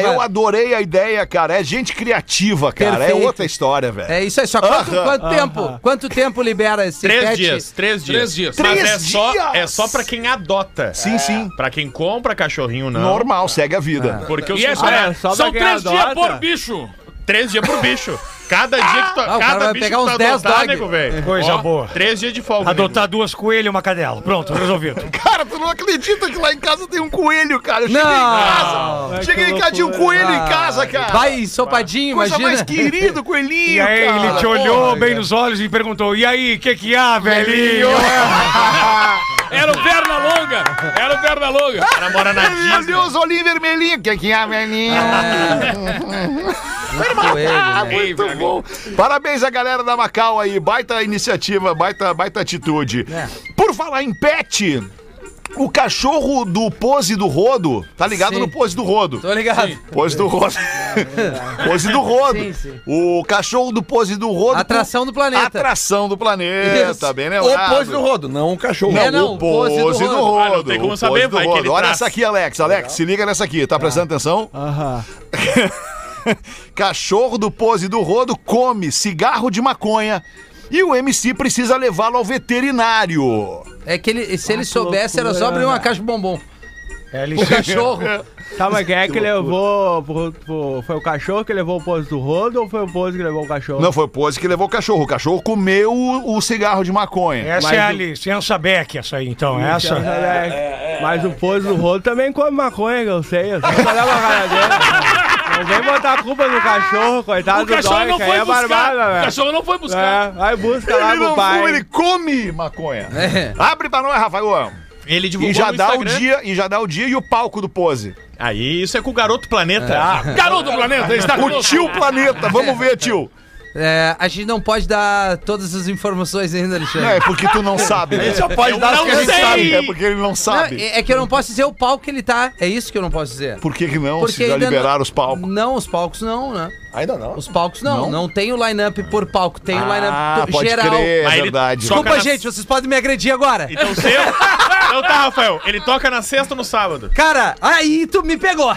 Speaker 1: Não, eu adorei a ideia, cara. É gente criativa, cara. É
Speaker 4: Perfeito.
Speaker 1: outra história, velho.
Speaker 4: É isso aí, só quanto, quanto tempo? Quanto tempo libera esse
Speaker 7: Três
Speaker 4: pet?
Speaker 7: dias, três dias.
Speaker 3: Três dias.
Speaker 7: Mas
Speaker 1: Três
Speaker 7: é só,
Speaker 1: dias!
Speaker 7: é só pra quem adota. É.
Speaker 1: Sim, sim.
Speaker 7: Pra quem compra cachorrinho, não.
Speaker 1: Normal, segue a vida.
Speaker 7: Porque os
Speaker 3: E é só,
Speaker 7: funcionários-
Speaker 5: só pra
Speaker 3: são
Speaker 5: quem
Speaker 3: três dias
Speaker 5: adota.
Speaker 3: por bicho.
Speaker 7: Três dias pro bicho. Cada dia que tu,
Speaker 4: Ah, o cara
Speaker 7: cada
Speaker 4: vai
Speaker 7: bicho
Speaker 4: pegar
Speaker 7: que tu
Speaker 4: uns dez
Speaker 7: adotar,
Speaker 4: dog.
Speaker 7: nego, velho.
Speaker 2: Coisa
Speaker 7: Ó,
Speaker 2: boa.
Speaker 7: Três dias de folga.
Speaker 2: Adotar duas coelhas e uma cadela. Pronto, resolvido.
Speaker 1: Cara, tu não acredita que lá em casa tem um coelho, cara. Eu cheguei
Speaker 4: Não. Ah,
Speaker 1: em casa. Cheguei em casa, tinha um coelho em casa, cara.
Speaker 4: Vai ensopadinho,
Speaker 1: Coisa
Speaker 4: imagina.
Speaker 1: mais querido, coelhinho,
Speaker 2: E
Speaker 5: É
Speaker 2: aí
Speaker 1: cara.
Speaker 2: ele te olhou bem nos olhos e perguntou: E aí, o que que é?" há, velhinho?
Speaker 3: Era o perna longa. Era o perna longa.
Speaker 7: Nego. Mora na
Speaker 1: Ele
Speaker 7: Disney.
Speaker 1: olhou os olhinhos vermelhinhos. Que que é, velhinho?
Speaker 4: Coelho,
Speaker 1: Ah,
Speaker 4: né?
Speaker 1: muito bom. Parabéns à galera da Macau aí. Baita iniciativa, baita, baita atitude.
Speaker 8: É.
Speaker 1: Por falar em pet, o cachorro do Pose do Rodo, tá ligado
Speaker 4: Sim.
Speaker 1: no Pose do Rodo?
Speaker 4: Tô ligado.
Speaker 1: Pose do Rodo. Pose do Rodo.
Speaker 4: Sim, sim.
Speaker 1: O cachorro do Pose do Rodo. é
Speaker 4: Atração do planeta.
Speaker 1: Atração do planeta,
Speaker 4: Isso.
Speaker 1: bem
Speaker 8: O
Speaker 1: lembrado.
Speaker 8: pose do rodo, não o cachorro.
Speaker 1: Não,
Speaker 4: É, não,
Speaker 1: o pose, do rodo.
Speaker 7: Ah, não tem como
Speaker 1: o pose
Speaker 7: saber,
Speaker 1: do
Speaker 7: vai que
Speaker 1: rodo.
Speaker 7: ele
Speaker 1: Olha
Speaker 7: traz.
Speaker 1: essa aqui, Alex. Alex, se liga nessa aqui. Tá prestando atenção? Cachorro do pose do rodo come cigarro de maconha e o MC precisa levá-lo ao veterinário.
Speaker 4: É que ele, se ele soubesse, era só abrir uma caixa de bombom.
Speaker 1: É,
Speaker 4: O cachorro.
Speaker 5: Tá, mas quem é que levou. pro- pro- foi o cachorro que levou o pose do rodo ou foi o pose que levou o cachorro?
Speaker 1: Não, foi o pose que levou o cachorro. O cachorro comeu o, o cigarro de maconha.
Speaker 2: Essa
Speaker 5: Mas
Speaker 2: é a
Speaker 5: o-
Speaker 2: licença Beck, essa aí, então. Essa.
Speaker 5: É, Mas o pose do rodo também come maconha, que eu sei. Eu só olhar pra cara dele. Não vem botar a culpa no cachorro, coitado
Speaker 3: O
Speaker 5: do
Speaker 3: cachorro
Speaker 5: dói,
Speaker 3: não
Speaker 5: que aí
Speaker 3: foi
Speaker 5: é
Speaker 3: buscar.
Speaker 5: barbada,
Speaker 3: O
Speaker 5: velho.
Speaker 3: cachorro não foi buscar.
Speaker 5: É, vai busca lá
Speaker 1: Ele
Speaker 5: pro
Speaker 1: não fuma, ele
Speaker 5: pai.
Speaker 1: come maconha.
Speaker 8: Né?
Speaker 4: É.
Speaker 1: Abre pra nós, Rafael.
Speaker 7: Ele divulgou
Speaker 1: E já
Speaker 7: no
Speaker 1: dá
Speaker 2: um
Speaker 1: o
Speaker 7: Instagram.
Speaker 1: dia, e já dá o dia e o palco do pose.
Speaker 7: Aí, isso é com o Garoto Planeta.
Speaker 2: É.
Speaker 3: Ah. Garoto do planeta, está
Speaker 1: O
Speaker 3: conosco.
Speaker 1: tio planeta, vamos ver, tio.
Speaker 4: É, a gente não pode dar todas as informações ainda,
Speaker 1: Não,
Speaker 4: Alexandre.
Speaker 1: é porque tu não sabe. né?
Speaker 8: Só pode dar as
Speaker 7: não
Speaker 8: que a gente
Speaker 7: sei.
Speaker 8: sabe.
Speaker 1: É porque ele não
Speaker 4: Não,
Speaker 1: sabe.
Speaker 4: é é que eu não posso dizer o palco que ele tá. É isso que eu não posso dizer.
Speaker 1: Por que, que não?
Speaker 4: Porque
Speaker 1: se já
Speaker 4: ainda
Speaker 1: liberaram
Speaker 4: não-
Speaker 1: os palcos.
Speaker 4: Não, os palcos não, né?
Speaker 8: Ainda não.
Speaker 4: Os palcos não. Não, tem o line-up por palco, tem o line-up to-
Speaker 1: pode
Speaker 4: geral.
Speaker 1: crer,
Speaker 7: Mas
Speaker 1: é
Speaker 7: ele-
Speaker 1: verdade.
Speaker 7: só-
Speaker 4: Desculpa,
Speaker 7: Toca na-
Speaker 4: gente, vocês podem me agredir agora.
Speaker 7: Então, seu. Então tá, Rafael. Ele toca na sexta ou no sábado?
Speaker 4: Cara, aí tu me pegou.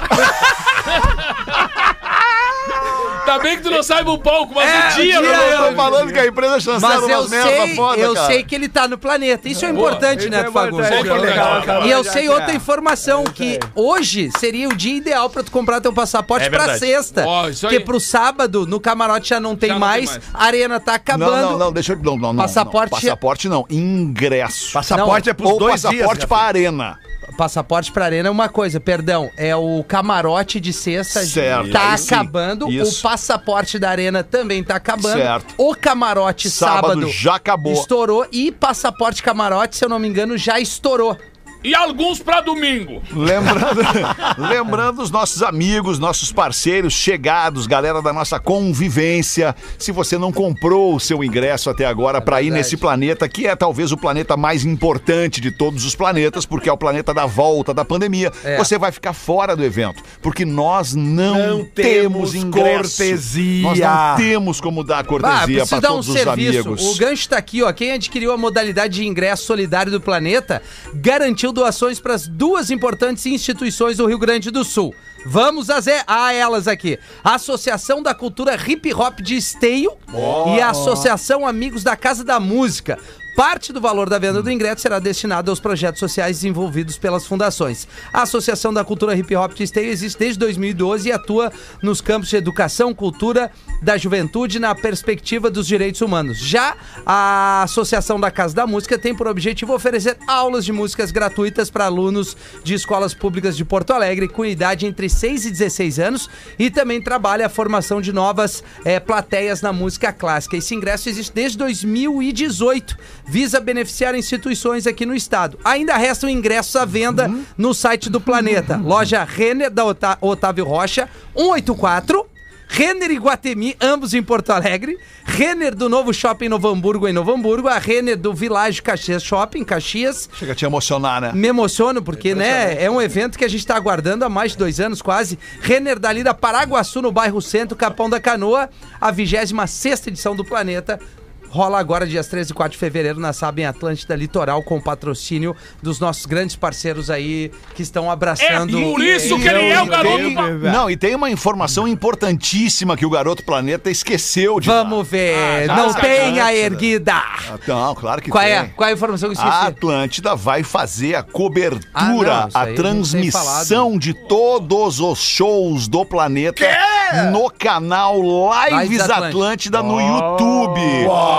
Speaker 3: Tá bem que tu não sabe o palco, mas
Speaker 4: É,
Speaker 3: o dia,
Speaker 4: o dia
Speaker 3: meu
Speaker 1: Eu
Speaker 3: irmão.
Speaker 1: tô falando que a empresa chancela
Speaker 4: Mas eu
Speaker 1: umas merda
Speaker 4: sei,
Speaker 1: foda,
Speaker 4: eu
Speaker 1: cara.
Speaker 4: sei que ele tá no planeta. Isso é importante,
Speaker 5: Isso
Speaker 4: né,
Speaker 5: é
Speaker 4: Fagundes?
Speaker 5: importante,
Speaker 3: Isso é legal,
Speaker 5: legal,
Speaker 3: cara.
Speaker 4: E eu
Speaker 5: Já
Speaker 4: sei
Speaker 5: que é.
Speaker 4: outra informação que hoje seria o dia ideal pra tu comprar teu passaporte
Speaker 7: É
Speaker 4: pra
Speaker 7: verdade.
Speaker 4: sexta,
Speaker 3: Ó, isso aí.
Speaker 4: porque pro sábado no camarote já não tem
Speaker 3: Já não tem
Speaker 4: mais,
Speaker 3: mais.
Speaker 4: a arena tá acabando.
Speaker 1: Não, não, não, deixa eu. Não, não, não.
Speaker 4: Passaporte-
Speaker 1: Não. Passaporte não, ingresso.
Speaker 8: Passaporte
Speaker 4: Não,
Speaker 8: é pros
Speaker 1: Ou
Speaker 8: dois dias.
Speaker 1: passaporte pra arena.
Speaker 4: Passaporte pra arena é uma coisa, perdão, é o camarote de sexta
Speaker 1: Certo,
Speaker 4: tá
Speaker 1: aí sim.
Speaker 4: acabando,
Speaker 1: Isso.
Speaker 4: o passaporte da arena também tá acabando.
Speaker 1: Certo.
Speaker 4: O camarote
Speaker 1: Sábado
Speaker 4: sábado,
Speaker 1: já acabou.
Speaker 4: Estourou e passaporte camarote, se eu não me engano, já estourou.
Speaker 3: E alguns pra domingo.
Speaker 1: Lembrando, lembrando os nossos amigos, nossos parceiros chegados, galera da nossa convivência. Se você não comprou o seu ingresso até agora pra ir
Speaker 4: É verdade.
Speaker 1: nesse planeta, que é talvez o planeta mais importante de todos os planetas, porque é o planeta da volta da pandemia,
Speaker 4: É.
Speaker 1: você vai ficar fora do evento, porque nós não,
Speaker 8: Não
Speaker 1: temos
Speaker 8: temos
Speaker 1: ingresso.
Speaker 8: cortesia.
Speaker 1: Nós não temos como dar
Speaker 4: Ah,
Speaker 1: cortesia
Speaker 4: preciso
Speaker 1: pra
Speaker 4: dar um
Speaker 1: todos os
Speaker 4: serviço. O
Speaker 1: amigos.
Speaker 4: gancho tá aqui, ó. Quem adquiriu a modalidade de ingresso solidário do planeta garantiu doações para as duas importantes instituições do Rio Grande do Sul. Vamos a, ze- a elas aqui. A Associação da Cultura Hip Hop de Esteio e a Associação Amigos da Casa da Música. Parte do valor da venda do ingresso será destinado aos projetos sociais desenvolvidos pelas fundações. A Associação da Cultura Hip Hop de Esteio existe desde 2012 e atua nos campos de educação, cultura da juventude na perspectiva dos direitos humanos. Já a Associação da Casa da Música tem por objetivo oferecer aulas de músicas gratuitas para alunos de escolas públicas de Porto Alegre com idade entre 6 e 16 anos e também trabalha a formação de novas eh, plateias na música clássica. Esse ingresso existe desde 2018, visa beneficiar instituições aqui no estado. Ainda restam ingressos à venda no site do Planeta, loja Renner da Ota- Otávio Rocha, 184 Renner e Guatemi, ambos em Porto Alegre. Renner do novo shopping Novo Hamburgo, em Novo Hamburgo. A Renner do Village Caxias Shopping, Caxias.
Speaker 1: Chega a te emocionar, né?
Speaker 4: Me emociono, porque, né, é um evento que a gente tá aguardando há mais de dois anos, quase. Renner da Lira Paraguaçu, no bairro Centro, Capão da Canoa, a 26 edição do Planeta. Rola agora, dias 13 e 4 de fevereiro, na Sabem Atlântida Litoral, com o patrocínio dos nossos grandes parceiros aí que estão abraçando.
Speaker 3: É por isso que ele é o garoto
Speaker 1: Tem-
Speaker 3: pa-
Speaker 1: Não, e tem uma informação importantíssima que o Garoto Planeta esqueceu de dar.
Speaker 4: Vamos ver,
Speaker 1: Ah, já
Speaker 4: não
Speaker 1: está
Speaker 4: tem
Speaker 1: antes,
Speaker 4: a
Speaker 1: né?
Speaker 4: erguida.
Speaker 1: Ah, Não, claro que
Speaker 4: Qual
Speaker 1: tem. Ah,
Speaker 4: é? Qual é a informação que eu esqueci?
Speaker 1: A Atlântida vai fazer a
Speaker 4: Ah, não,
Speaker 1: cobertura,
Speaker 4: isso aí eu não
Speaker 1: a
Speaker 4: tenho
Speaker 1: transmissão de todos os shows do planeta no canal Lives
Speaker 4: Lives
Speaker 1: Atlântida no YouTube.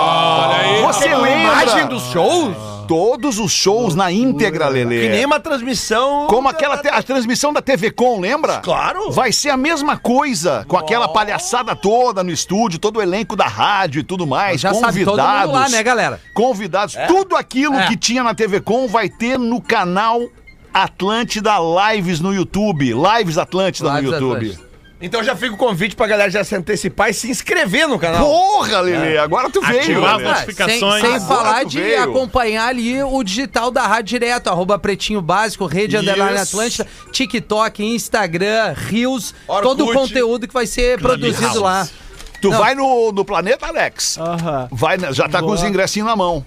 Speaker 3: Olha aí.
Speaker 1: Você lembra?
Speaker 8: dos shows?
Speaker 1: Todos os shows na íntegra, Lelê.
Speaker 8: Que nem uma transmissão.
Speaker 1: Como aquela te- a transmissão da TV Com, lembra?
Speaker 8: Claro.
Speaker 1: Vai ser a mesma coisa, com aquela palhaçada toda no estúdio, todo o elenco da rádio e tudo mais,
Speaker 4: Já
Speaker 1: convidados.
Speaker 4: sabe todo mundo lá, né, galera?
Speaker 1: Convidados, tudo aquilo
Speaker 4: É.
Speaker 1: que tinha na TV Com vai ter no canal Atlântida Lives no YouTube. Lives Atlântida
Speaker 4: Lives
Speaker 1: no YouTube.
Speaker 4: Atlântida.
Speaker 8: Então já fica o convite pra galera já se antecipar e se inscrever no canal.
Speaker 1: Porra,
Speaker 4: É.
Speaker 1: Lelê, agora tu veio.
Speaker 7: Ativar
Speaker 1: Lelê.
Speaker 7: a
Speaker 4: Ah,
Speaker 7: notificações.
Speaker 4: Sem, sem
Speaker 1: Agora
Speaker 4: falar
Speaker 1: tu
Speaker 4: de
Speaker 1: veio.
Speaker 4: acompanhar ali o digital da Rádio Direto, arroba Pretinho Básico, Rede Underline Atlântida, TikTok, Instagram, Reels,
Speaker 8: Orkut.
Speaker 4: todo o conteúdo que vai ser produzido lá.
Speaker 1: Tu vai no, no planeta, Alex?
Speaker 4: Ah.
Speaker 5: Aham.
Speaker 1: Vai, né? já tá com os ingressinhos na mão.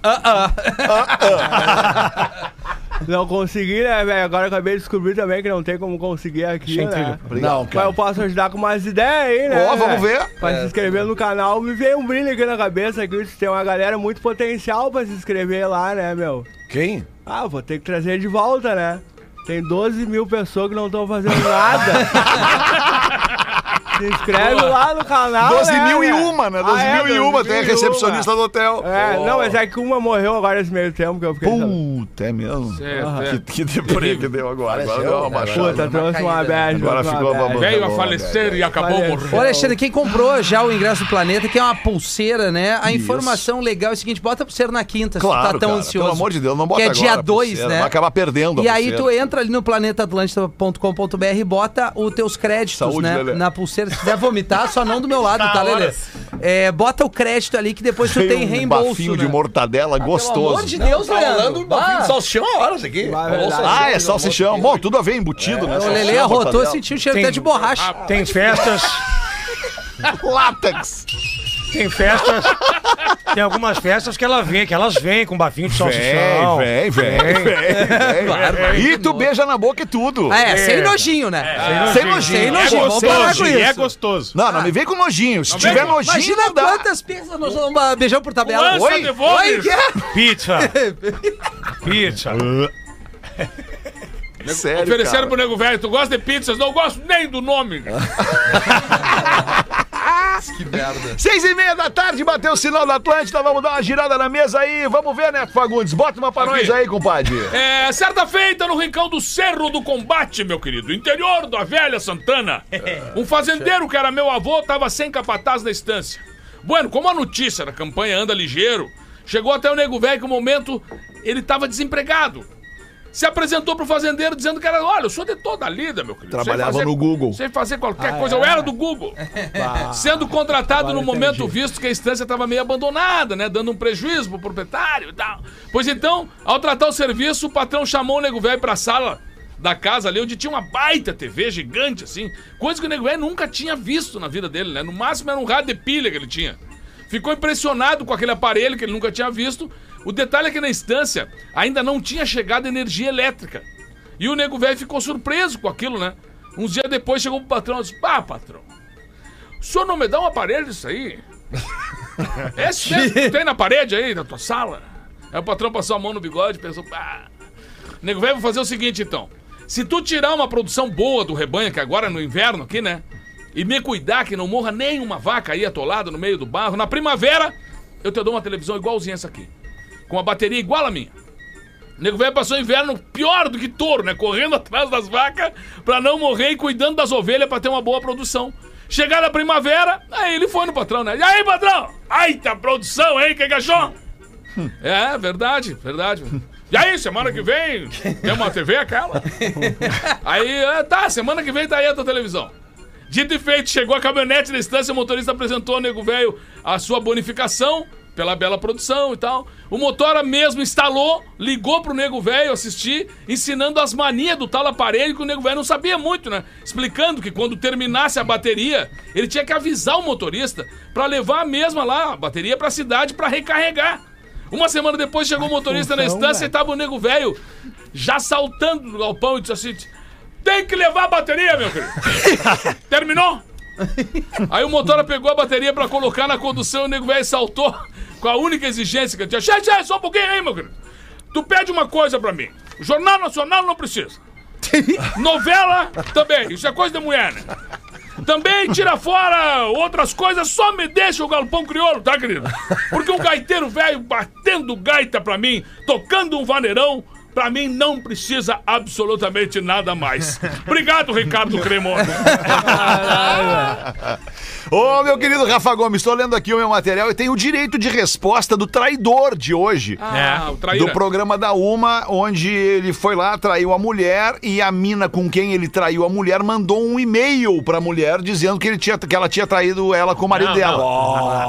Speaker 5: Não consegui, né, velho? Agora eu acabei de descobrir também que não tem como conseguir aqui, né?
Speaker 1: Não,
Speaker 5: Mas eu posso ajudar com umas ideias aí, né?
Speaker 1: Ó, vamos
Speaker 5: velho?
Speaker 1: ver.
Speaker 5: Pra se inscrever no canal, me veio um brilho aqui na cabeça aqui. Tem uma galera muito potencial pra se inscrever lá, né, meu?
Speaker 8: Quem?
Speaker 5: Ah, vou ter que trazer de volta, né? Tem 12 mil pessoas que não estão fazendo nada. Se inscreve lá no
Speaker 4: Ah, é,
Speaker 5: canal.
Speaker 1: 12
Speaker 5: né,
Speaker 1: mil e
Speaker 5: velho?
Speaker 1: uma, né?
Speaker 5: Ah,
Speaker 1: 12
Speaker 5: é,
Speaker 1: mil e uma, tem a recepcionista do hotel.
Speaker 5: É, não, mas é que uma morreu agora nesse meio tempo que eu fiquei. sabendo.
Speaker 1: Puta, é mesmo?
Speaker 3: Certo,
Speaker 1: Que, que deprê que deu agora. Agora deu uma
Speaker 5: Puta,
Speaker 4: tá
Speaker 1: baixada.
Speaker 5: trouxe um uma
Speaker 4: caída,
Speaker 5: bad.
Speaker 1: Agora
Speaker 5: trouxe uma
Speaker 1: ficou
Speaker 5: bad.
Speaker 3: é.
Speaker 1: babando.
Speaker 3: Veio a
Speaker 1: Bom,
Speaker 3: falecer e acabou
Speaker 5: Faleceu.
Speaker 4: Ô,
Speaker 3: morrendo.
Speaker 4: Alexandre, quem comprou já o ingresso do Planeta, que é uma pulseira, né? A informação legal é o seguinte: bota a pulseira na quinta, se tu
Speaker 1: Claro,
Speaker 4: tá tão
Speaker 1: cara,
Speaker 4: ansioso.
Speaker 1: Pelo amor de Deus, não bota
Speaker 4: Que é
Speaker 1: agora
Speaker 4: dia
Speaker 1: a
Speaker 4: 2,
Speaker 1: pulseira,
Speaker 4: né?
Speaker 1: Vai acabar perdendo a
Speaker 4: E aí tu
Speaker 1: pulseira.
Speaker 4: entra ali no planetaatlântida.com.br e bota os teus créditos,
Speaker 1: Saúde,
Speaker 4: né?
Speaker 1: Lelê.
Speaker 4: Na pulseira. Se quiser vomitar, só não do meu lado,
Speaker 7: Tá,
Speaker 4: tá, Lelê?
Speaker 7: horas.
Speaker 4: É, bota o crédito ali que depois tu tem
Speaker 1: um
Speaker 4: reembolso.
Speaker 1: bafinho
Speaker 4: né?
Speaker 1: de mortadela
Speaker 4: Pelo amor
Speaker 1: gostoso.
Speaker 4: de Deus,
Speaker 8: Tá rolando
Speaker 4: Leandro. Ah.
Speaker 8: um fim de
Speaker 4: Bah,
Speaker 8: salsichão a horas aqui.
Speaker 5: Vai,
Speaker 8: Rolou
Speaker 5: verdade.
Speaker 8: salsichão.
Speaker 1: Ah, é salsichão. Bom, tudo a ver embutido, né?
Speaker 4: É, O
Speaker 1: Salsichão,
Speaker 4: Lelê arrotou,
Speaker 1: mortadela.
Speaker 4: sentiu o cheiro
Speaker 2: Tem-
Speaker 4: até de borracha.
Speaker 2: Tem festas,
Speaker 1: Látex.
Speaker 2: tem festas. Tem algumas festas que ela vem, que elas vêm com bafinho de salsichão.
Speaker 1: Vem, vem, vem, vem, vem. E tu beija na boca e tudo.
Speaker 4: Ah, é, sem nojinho, né?
Speaker 1: Sem nojinho.
Speaker 4: Sem
Speaker 7: É
Speaker 4: nojinho, vamos parar
Speaker 7: gostoso,
Speaker 4: com
Speaker 7: é
Speaker 4: isso.
Speaker 7: gostoso.
Speaker 1: Não, não me vem com nojinho. Se
Speaker 3: vem
Speaker 1: tiver
Speaker 3: com-
Speaker 1: nojinho,
Speaker 4: Imagina
Speaker 1: não dá.
Speaker 4: quantas pizzas nós vamos ah, beijar por tabela.
Speaker 3: Lança,
Speaker 1: Oi?
Speaker 3: devolve.
Speaker 4: que é?
Speaker 2: Pizza. Pizza.
Speaker 1: é Sério,
Speaker 3: Ofereceram
Speaker 1: cara.
Speaker 3: pro nego velho, tu gosta de pizzas? Não gosto nem do nome.
Speaker 1: Seis e meia da tarde, bateu o sinal da Atlântida, vamos dar uma girada na mesa aí, vamos ver, Neto Fagundes, bota uma pra
Speaker 3: Aqui.
Speaker 1: nós aí, compadre.
Speaker 3: É, certa feita no rincão do Cerro do Combate, meu querido, interior da velha Santana. Um fazendeiro que era meu avô estava sem capataz na estância. Bueno, como a notícia da campanha anda ligeiro, chegou até o nego velho que no momento ele estava desempregado. Se apresentou pro fazendeiro dizendo que era, olha, eu sou de toda a lida, meu querido. Sei
Speaker 1: Trabalhava
Speaker 3: fazer-
Speaker 1: no Google. Ah, é?
Speaker 3: Sei fazer qualquer coisa, eu era do Google. Sendo contratado no momento visto que a estância estava meio abandonada, né? Dando um prejuízo pro proprietário e tal. Pois então, ao tratar o serviço, o patrão chamou o nego velho pra sala da casa ali, onde tinha uma baita TV gigante, assim. Coisa que o nego velho nunca tinha visto na vida dele, né? No máximo era um rádio de pilha que ele tinha. Ficou impressionado com aquele aparelho que ele nunca tinha visto. O detalhe é que na instância ainda não tinha chegado energia elétrica. E o nego velho ficou surpreso com aquilo, né? Uns dias depois chegou pro patrão e disse: Pá, patrão, o senhor não me dá um aparelho disso aí? É Esse mesmo que tem na parede aí, na tua sala? Aí o patrão passou a mão no bigode e pensou: Pá, nego velho, vou fazer o seguinte então. Se tu tirar uma produção boa do rebanho, que agora é no inverno aqui, né? E me cuidar que não morra nenhuma vaca aí atolada no meio do barro, na primavera, eu te dou uma televisão igualzinha essa aqui. Com uma bateria igual a minha. O nego velho passou o inverno pior do que touro, né? Correndo atrás das vacas pra não morrer e cuidando das ovelhas pra ter uma boa produção. Chegada a primavera, aí ele foi no patrão, né? E aí, patrão? Ai, tá produção, hein, que cachorro? É, verdade, verdade. E aí, semana que vem, tem uma TV aquela? Aí, é, tá, semana que vem tá aí a tua televisão. Dito e feito, chegou a caminhonete na estância, o motorista apresentou ao nego velho a sua bonificação pela bela produção e tal. O motora mesmo instalou, ligou pro nego velho assistir, ensinando as manias do tal aparelho que o nego velho não sabia muito, né? Explicando que quando terminasse a bateria, ele tinha que avisar o motorista pra levar a mesma lá, a bateria pra cidade pra recarregar. Uma semana depois chegou o motorista na estância e tava o nego velho já saltando do galpão e disse assim: Tem que levar a bateria, meu querido. Terminou? Aí o motora pegou a bateria pra colocar na condução e o nego velho saltou com a única exigência que eu tinha. Xé, xé, só um pouquinho aí, meu querido. Tu pede uma coisa pra mim. Jornal Nacional não precisa. Novela também. Isso é coisa de mulher, né? Também tira fora outras coisas, só me deixa o galpão crioulo, tá, querido? Porque um gaiteiro velho batendo gaita pra mim, tocando um vaneirão, pra mim não precisa absolutamente nada mais. Obrigado, Ricardo Cremona.
Speaker 1: Ô, meu querido Rafa Gomes, estou lendo aqui o meu material e tem o direito de resposta do traidor de hoje.
Speaker 3: Ah, o traíra.
Speaker 1: Do programa da Uma, onde ele foi lá, traiu a mulher e a mina com quem ele traiu a mulher mandou um e-mail pra mulher dizendo que, ele tinha, que ela tinha traído ela com o marido
Speaker 7: Não,
Speaker 1: dela.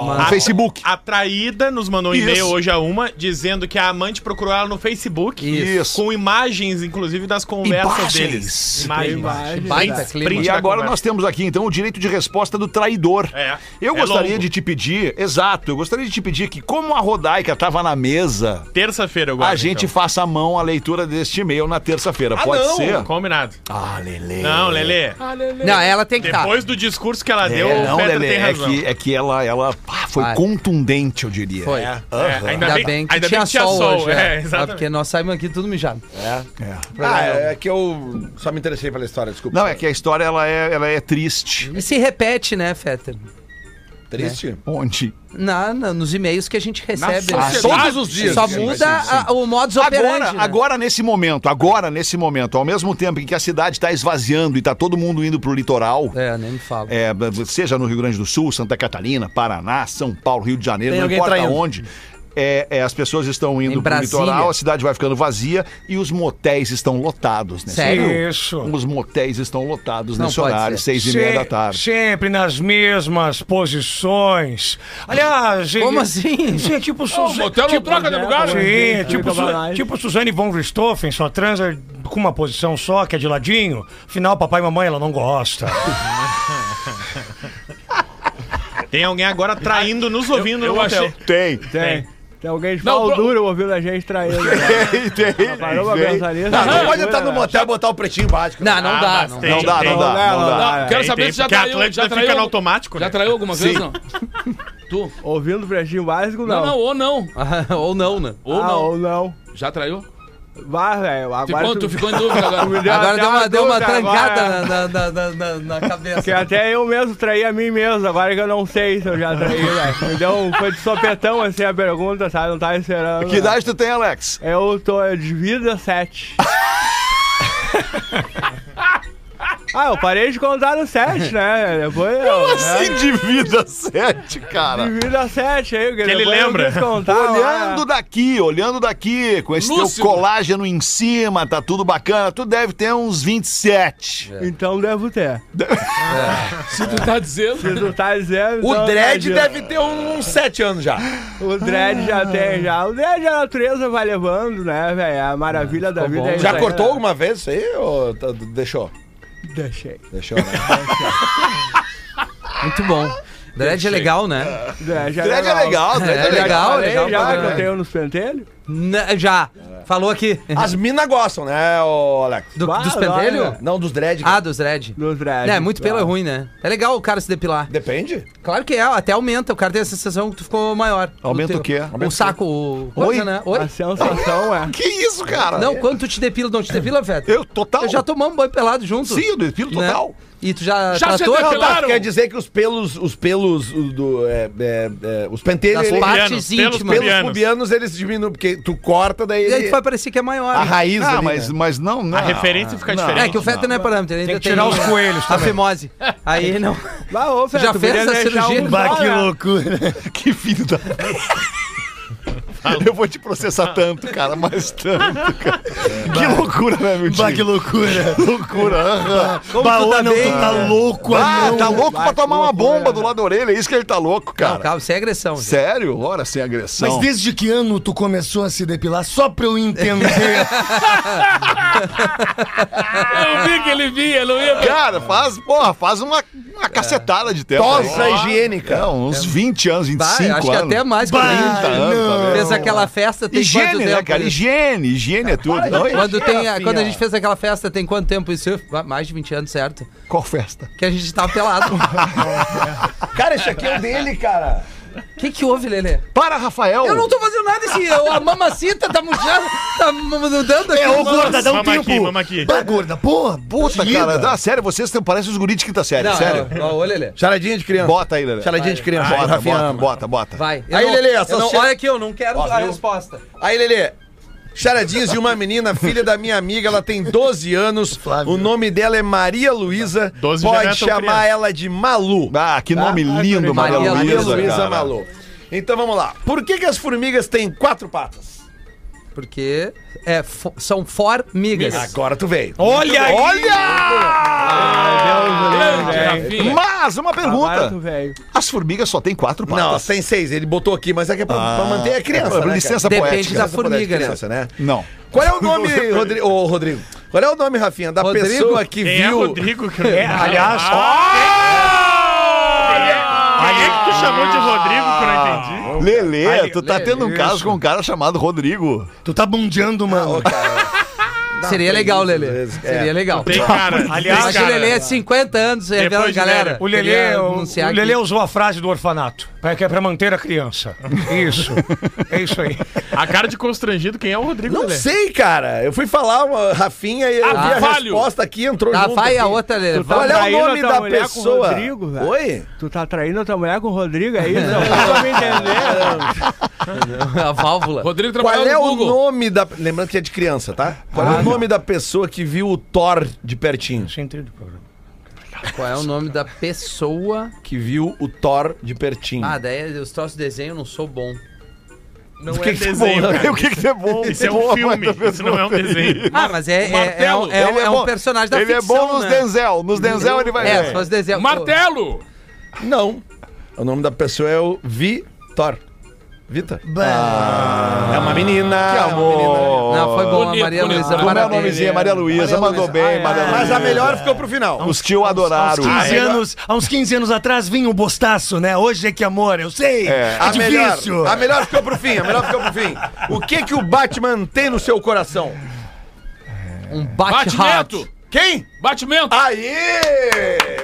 Speaker 7: não.
Speaker 1: No Facebook.
Speaker 7: A traída nos mandou um e-mail
Speaker 1: Isso.
Speaker 7: hoje a uma, dizendo que a amante procurou ela no Facebook.
Speaker 1: Isso.
Speaker 7: Com imagens, inclusive, das conversas
Speaker 1: Imagens.
Speaker 7: deles. Imagens.
Speaker 4: Baita clima.
Speaker 7: Print
Speaker 1: E
Speaker 7: da
Speaker 1: agora
Speaker 7: conversa.
Speaker 1: nós temos aqui, então, o direito de resposta do traidor.
Speaker 7: É.
Speaker 1: Eu
Speaker 7: É
Speaker 1: gostaria
Speaker 7: longo.
Speaker 1: de te pedir, exato, eu gostaria de te pedir que, como a Rodaica estava na mesa,
Speaker 7: Terça-feira agora. então.
Speaker 1: a gente faça a mão a leitura deste e-mail na terça-feira. Pode ser?
Speaker 7: Combinado.
Speaker 1: Ah, Lele.
Speaker 7: Ah, Não, Lelê.
Speaker 4: Não, ela tem que tá. estar.
Speaker 7: Depois do discurso que ela
Speaker 1: Tá. É,
Speaker 7: deu,
Speaker 1: não,
Speaker 7: o Pedro
Speaker 1: Lelê,
Speaker 7: tem
Speaker 1: é
Speaker 7: razão.
Speaker 1: que, é que ela, ela pá, foi
Speaker 4: Vai.
Speaker 1: contundente, eu diria.
Speaker 4: Foi.
Speaker 7: É,
Speaker 1: Aham.
Speaker 7: é,
Speaker 4: Ainda, bem, que
Speaker 7: ainda
Speaker 4: tinha sol, hoje.
Speaker 7: É,
Speaker 4: é. Ah,
Speaker 7: exatamente.
Speaker 4: porque nós saímos aqui tudo mijado.
Speaker 8: Ah, é que eu só me interessei pela história, desculpa.
Speaker 1: Não, é que a história ela é, ela é triste.
Speaker 4: E se repete, né, Fetter?
Speaker 1: É.
Speaker 8: Triste?
Speaker 1: Onde?
Speaker 4: Na, na- nos e-mails que a gente recebe. né?
Speaker 7: sociedade.
Speaker 8: Todos os dias.
Speaker 4: Só
Speaker 8: Sim,
Speaker 4: muda
Speaker 8: sim, sim.
Speaker 4: a- o modus
Speaker 1: Agora,
Speaker 4: operandi. né?
Speaker 1: agora nesse momento, agora nesse momento, ao mesmo tempo em que a cidade está esvaziando e está todo mundo indo pro litoral,
Speaker 4: É, nem me fala.
Speaker 1: é, seja no Rio Grande do Sul, Santa Catarina, Paraná, São Paulo, Rio de Janeiro,
Speaker 8: Tem
Speaker 1: não
Speaker 8: alguém
Speaker 1: importa
Speaker 8: traindo.
Speaker 1: onde. é, é, as pessoas estão indo
Speaker 4: Em
Speaker 1: pro
Speaker 4: Brasília.
Speaker 1: litoral, a cidade vai ficando vazia e os motéis estão lotados, né?
Speaker 4: Sério?
Speaker 2: Isso.
Speaker 1: Os motéis estão lotados
Speaker 4: Não
Speaker 1: nesse
Speaker 4: pode
Speaker 1: horário,
Speaker 4: ser.
Speaker 1: seis e meia
Speaker 2: Se-
Speaker 1: da tarde.
Speaker 2: Sempre nas mesmas posições. Aliás,
Speaker 4: Como
Speaker 2: ele-
Speaker 4: assim?
Speaker 2: Sim, é tipo
Speaker 3: o
Speaker 2: Suzane.
Speaker 3: motel não troca de lugar,
Speaker 2: Sim,
Speaker 3: né?
Speaker 2: é tipo,
Speaker 5: Fica
Speaker 2: Su-
Speaker 5: banais.
Speaker 2: tipo Suzane von Richthofen, só transa com uma posição só, que é de ladinho. Afinal, papai e mamãe, ela não gosta.
Speaker 7: Tem alguém agora traindo, nos ouvindo
Speaker 3: eu
Speaker 7: no hotel.
Speaker 3: achei-
Speaker 1: Tem,
Speaker 5: Tem. Tem alguém de
Speaker 3: Não,
Speaker 5: pau
Speaker 3: pro-
Speaker 5: duro ouvindo a gente traindo.
Speaker 1: tem, tem.
Speaker 5: Parou pra
Speaker 1: tem.
Speaker 5: pensar nisso.
Speaker 8: Não,
Speaker 5: Loucura,
Speaker 8: não pode entrar no
Speaker 5: né?
Speaker 8: motel e botar o pretinho básico.
Speaker 4: Não, não
Speaker 7: Ah,
Speaker 4: dá.
Speaker 7: mas
Speaker 4: não
Speaker 7: tem,
Speaker 1: Não dá,
Speaker 7: tem,
Speaker 1: não dá, não dá.
Speaker 5: Ah, é.
Speaker 3: Não, quero
Speaker 7: Tem,
Speaker 3: saber
Speaker 7: tem,
Speaker 3: se já
Speaker 7: porque a
Speaker 3: traiu.
Speaker 7: Atlântida
Speaker 3: Já traiu,
Speaker 7: fica no automático,
Speaker 3: já
Speaker 7: né?
Speaker 3: traiu alguma vez, não? Tu?
Speaker 5: Ouvindo o pretinho básico,
Speaker 3: Não,
Speaker 5: não.
Speaker 3: não, ou não.
Speaker 4: dá. Ou não, né?
Speaker 3: Ou
Speaker 5: Ah,
Speaker 3: não.
Speaker 5: ou não.
Speaker 3: Já traiu?
Speaker 5: Vai, velho. Agora
Speaker 3: Ficou, tu ficou em dúvida agora.
Speaker 4: Agora deu uma, deu uma
Speaker 5: dúvida
Speaker 4: trancada
Speaker 5: agora.
Speaker 4: na, na- na- na- na cabeça.
Speaker 5: Que até eu mesmo traí a mim mesmo, agora que eu não sei se eu já traí, velho. Me deu um, foi de sopetão assim a pergunta, sabe? Não tava esperando.
Speaker 1: Que idade tu tem, Alex?
Speaker 5: Eu tô de vida 7. ah, eu parei de contar no 7, né? Depois eu. né?
Speaker 1: Assim de vida sete, cara.
Speaker 5: De vida 7 aí, que
Speaker 7: ele
Speaker 5: depois eu
Speaker 7: lembra.
Speaker 5: quis Contar,
Speaker 1: Olhando
Speaker 5: Tá lá.
Speaker 1: daqui, olhando daqui, com esse
Speaker 3: Lúcido.
Speaker 1: teu colágeno em cima, tá tudo bacana. Tu deve ter uns 27.
Speaker 5: Então devo ter.
Speaker 3: Se tu tá dizendo.
Speaker 5: Se tu tá dizendo.
Speaker 8: O
Speaker 5: então,
Speaker 8: Dredd
Speaker 5: imagina.
Speaker 8: deve ter um- uns 7 anos já.
Speaker 5: O Dredd já tem, já. O Dredd a natureza vai levando, né, velho? A maravilha da vida
Speaker 4: bom.
Speaker 5: é isso
Speaker 8: Já
Speaker 5: aí,
Speaker 8: cortou
Speaker 5: né?
Speaker 8: alguma vez isso aí ou tá- deixou?
Speaker 5: Deixei.
Speaker 8: Deixou, né?
Speaker 4: Muito bom. Dread é legal, né?
Speaker 5: Dredd
Speaker 1: Dread é legal, dread é
Speaker 4: É
Speaker 1: legal.
Speaker 4: legal,
Speaker 5: Falei
Speaker 4: legal.
Speaker 5: já que eu
Speaker 4: programa.
Speaker 5: tenho nos pentelhos.
Speaker 4: Né, Já. Falou aqui.
Speaker 8: As minas gostam, né, ô Alex?
Speaker 4: Do,
Speaker 5: Bah,
Speaker 4: dos
Speaker 5: lá,
Speaker 4: pentelhos?
Speaker 5: né?
Speaker 8: Não, dos dread.
Speaker 4: Ah, dos dread.
Speaker 5: Nos Dredd. Ah,
Speaker 4: Não, é muito pelo é ruim, né? É legal o cara se depilar.
Speaker 8: Depende.
Speaker 4: Claro que é, até aumenta. O cara tem a sensação que tu ficou maior.
Speaker 1: Aumenta
Speaker 4: teu-
Speaker 1: o quê? Aumenta o
Speaker 4: O saco. o- Coisa,
Speaker 1: Oi?
Speaker 4: né?
Speaker 5: A
Speaker 4: Oi?
Speaker 5: sensação é.
Speaker 1: Que isso,
Speaker 8: Ah,
Speaker 1: cara?
Speaker 4: Não, quando tu te depila, não te depila, Feta?
Speaker 1: eu total.
Speaker 4: Eu já tomamos banho pelado junto.
Speaker 1: Sim, eu depilo
Speaker 4: né?
Speaker 1: total.
Speaker 4: E tu já,
Speaker 3: Já se
Speaker 4: tratou
Speaker 3: depilou?
Speaker 8: Não, tá,
Speaker 3: Claro.
Speaker 8: quer dizer que os pelos, os pelos o do, é, é, é, os pentelhos,
Speaker 4: das
Speaker 8: ele-
Speaker 4: partes
Speaker 7: pelos
Speaker 4: íntimas.
Speaker 8: pelos
Speaker 7: pubianos.
Speaker 8: pubianos eles diminuem, porque tu corta, daí
Speaker 4: E aí
Speaker 8: ele,
Speaker 4: tu vai parecer que é maior.
Speaker 8: a raiz
Speaker 1: Ah,
Speaker 8: ali,
Speaker 1: mas,
Speaker 8: né?
Speaker 1: mas não, não.
Speaker 7: A referência fica
Speaker 1: Não.
Speaker 7: diferente.
Speaker 4: É que o feto não é parâmetro, ele
Speaker 2: Tem
Speaker 4: ainda
Speaker 2: que tirar os coelhos
Speaker 4: a
Speaker 2: também.
Speaker 4: fimose. Aí não.
Speaker 5: Bah, ô, Fé,
Speaker 4: Já
Speaker 5: tu
Speaker 4: fez
Speaker 5: podia
Speaker 4: essa
Speaker 5: deixar
Speaker 4: cirurgia?
Speaker 5: um
Speaker 4: Bah,
Speaker 5: só, né?
Speaker 2: loucura.
Speaker 1: Que filho da. Eu vou te processar tanto, cara, mas tanto, cara. Que loucura, né, meu tio?
Speaker 9: Bah, que loucura.
Speaker 1: loucura. aham.
Speaker 9: Bah, ô, não, tu tá louco,
Speaker 1: Ah,
Speaker 9: anão.
Speaker 1: tá louco pra tomar uma bomba do lado da orelha, é isso que ele tá louco,
Speaker 4: Não,
Speaker 1: cara.
Speaker 4: calma, sem agressão. gente.
Speaker 1: Sério? Ora, sem agressão.
Speaker 9: Mas desde que ano tu começou a se depilar? Só pra eu entender.
Speaker 7: Ah,
Speaker 3: Eu vi que ele vinha, não ia.
Speaker 1: Cara, faz, porra, faz uma, uma cacetada de tempo.
Speaker 8: Tosa
Speaker 1: aí.
Speaker 8: higiênica.
Speaker 1: É, uns 20 anos, 25
Speaker 4: Vai, acho que
Speaker 1: anos.
Speaker 4: até mais que
Speaker 1: 30
Speaker 4: eu vi.
Speaker 1: anos, talvez.
Speaker 4: Fez aquela festa, tem quanto
Speaker 1: Higiene,
Speaker 4: tempo?
Speaker 1: né, cara?
Speaker 4: isso?
Speaker 1: Higiene, higiene é tudo. Não,
Speaker 4: Quando, tem a, quando a gente fez aquela festa, tem quanto tempo isso? Ah, Mais de 20 anos, certo?
Speaker 1: Qual festa?
Speaker 4: Que a gente tava pelado.
Speaker 8: Cara, esse aqui é o dele, cara.
Speaker 4: O que, que houve, Lelê?
Speaker 1: Para, Rafael!
Speaker 4: Eu não tô fazendo nada esse. eu- a mamacita tá mudando. Tá mudando aqui.
Speaker 9: É, ô gorda, dá um
Speaker 7: Mama aqui,
Speaker 9: tempo.
Speaker 7: mama aqui.
Speaker 9: Bah, gorda, porra.
Speaker 1: Puta, cara, dá, sério, vocês tão- parecem os guris de quinta série,
Speaker 4: Não,
Speaker 1: sério.
Speaker 4: Ó, ó, ô, Lelê.
Speaker 8: Charadinha de criança.
Speaker 1: Bota aí, Lelê.
Speaker 8: Charadinha de criança.
Speaker 1: Bota,
Speaker 8: Rafinha
Speaker 1: bota,
Speaker 8: ama.
Speaker 1: bota, bota.
Speaker 4: Vai. Eu
Speaker 8: Aí,
Speaker 4: não-
Speaker 8: Lelê,
Speaker 4: eu
Speaker 8: essa
Speaker 4: não-
Speaker 8: se-
Speaker 4: Olha aqui, eu não quero a
Speaker 8: viu?
Speaker 4: resposta.
Speaker 8: Aí, Lelê. Charadinhas de uma menina, filha da minha amiga, ela tem 12 anos. O nome dela é Maria Luísa.
Speaker 7: 12 já não é
Speaker 8: Pode
Speaker 7: tão
Speaker 8: chamar
Speaker 7: criança.
Speaker 8: ela de Malu.
Speaker 1: Ah, que nome lindo, Maria,
Speaker 4: Maria
Speaker 8: Maria
Speaker 1: Luísa.
Speaker 8: Luísa
Speaker 1: cara.
Speaker 8: Malu. Então vamos lá. Por que, que as formigas têm quatro patas?
Speaker 4: Porque é, fo- são formigas.
Speaker 8: Agora tu veio.
Speaker 5: Oh.
Speaker 2: Olha aí!
Speaker 3: Grande, Rafinha.
Speaker 1: Mas uma
Speaker 5: Agora tu
Speaker 1: pergunta:
Speaker 5: velho.
Speaker 1: as formigas só têm quatro patas?
Speaker 8: Não, tem seis. Ele botou aqui, mas é que é pra, pra manter a criança. né,
Speaker 1: Licença
Speaker 4: Depende
Speaker 1: poética.
Speaker 4: da
Speaker 8: cara? Essa poder de
Speaker 4: formiga, né?
Speaker 8: criança, né?
Speaker 1: Não.
Speaker 8: Qual é o nome, Rodrigo? Ô, Rodrigo. Qual é o nome, Rafinha, da
Speaker 4: Rodrigo?
Speaker 8: pessoa que
Speaker 7: Quem é
Speaker 8: viu.
Speaker 7: Rodrigo? Que eu não-
Speaker 2: Aliás,
Speaker 7: Quem é que tu chamou de Rodrigo que eu não
Speaker 1: Ah.
Speaker 7: entendi?
Speaker 1: Lelê, tu tá
Speaker 4: Lelê,
Speaker 1: tendo um caso com um cara chamado Rodrigo.
Speaker 9: Tu tá bundeando, mano.
Speaker 4: Seria legal, Lelê.
Speaker 8: vezes, é.
Speaker 4: Seria legal.
Speaker 7: Tem cara.
Speaker 2: Aliás,
Speaker 4: Mas
Speaker 7: tem
Speaker 4: o
Speaker 7: cara.
Speaker 4: Lelê é 50 anos, revela,
Speaker 7: de
Speaker 4: galera.
Speaker 7: velho.
Speaker 2: O Lelê,
Speaker 4: Queria
Speaker 2: o,
Speaker 4: anunciar
Speaker 2: o Lelê
Speaker 5: é
Speaker 4: aqui.
Speaker 2: usou a frase do orfanato, pra- que é pra manter a criança. Isso. É isso aí.
Speaker 7: A cara de constrangido, quem é o Rodrigo?
Speaker 8: Não
Speaker 7: Lelê?
Speaker 8: sei, cara. Eu fui falar, uma Rafinha, e eu Ah, vi a
Speaker 3: Carvalho.
Speaker 8: resposta aqui, entrou
Speaker 4: Tá,
Speaker 8: junto.
Speaker 4: vai a
Speaker 8: aqui.
Speaker 4: outra, Lelê.
Speaker 5: Tu tá
Speaker 8: Qual é o
Speaker 5: traindo
Speaker 8: nome
Speaker 5: a tua
Speaker 8: da
Speaker 5: mulher com o
Speaker 8: pessoa?
Speaker 5: Rodrigo, velho?
Speaker 8: Oi?
Speaker 5: Tu tá traindo a tua mulher com o Rodrigo, é isso? Eu não tô me entendendo.
Speaker 4: A válvula.
Speaker 3: Rodrigo
Speaker 8: Qual
Speaker 3: trabalhou
Speaker 8: é
Speaker 3: no
Speaker 8: o
Speaker 3: Google.
Speaker 8: nome da. Lembrando que é de criança, tá? Qual
Speaker 5: Ah,
Speaker 8: é o nome da pessoa que viu o Thor de pertinho?
Speaker 4: Qual é o nome da pessoa?
Speaker 8: Que viu o Thor de pertinho.
Speaker 4: Ah, daí os troços de desenho eu não sou bom.
Speaker 7: O que é desenho, cara?
Speaker 1: O que que é bom?
Speaker 7: Isso é um filme, isso não é um desenho.
Speaker 4: Ah, mas é, é, é,
Speaker 3: Martelo.
Speaker 4: um- é um-
Speaker 1: Ele
Speaker 4: é um
Speaker 1: bom-
Speaker 4: personagem da
Speaker 1: Ele
Speaker 4: ficção,
Speaker 1: é bom nos
Speaker 4: né?
Speaker 1: Denzel. Nos Denzel ele vai
Speaker 4: É,
Speaker 1: bem.
Speaker 4: se fosse desenho...
Speaker 3: Martelo!
Speaker 8: Não. O nome da pessoa é o Vitor. Vitor. É uma menina.
Speaker 1: Que amor.
Speaker 4: Não, foi bom, a
Speaker 3: Bonito,
Speaker 4: Maria
Speaker 3: bonito.
Speaker 4: Luísa.
Speaker 1: É
Speaker 3: Como
Speaker 1: Como é o
Speaker 4: parabéns.
Speaker 1: nomezinho? Maria Luíza. Mandou bem, Maria Luísa.
Speaker 8: Mas a melhor ficou pro final.
Speaker 1: Os tio
Speaker 9: Há
Speaker 1: adoraram. Ah,
Speaker 9: uns
Speaker 1: é
Speaker 9: 15 anos, há uns 15 anos atrás vinha o bostaço, né? Hoje é que amor, eu sei. É,
Speaker 8: A melhor,
Speaker 9: difícil.
Speaker 8: a melhor ficou pro fim, a melhor ficou pro fim. O que que o Batman tem no seu coração?
Speaker 4: Um bate-rato.
Speaker 3: Batimento!
Speaker 8: Quem?
Speaker 3: Batimento!
Speaker 8: Aí!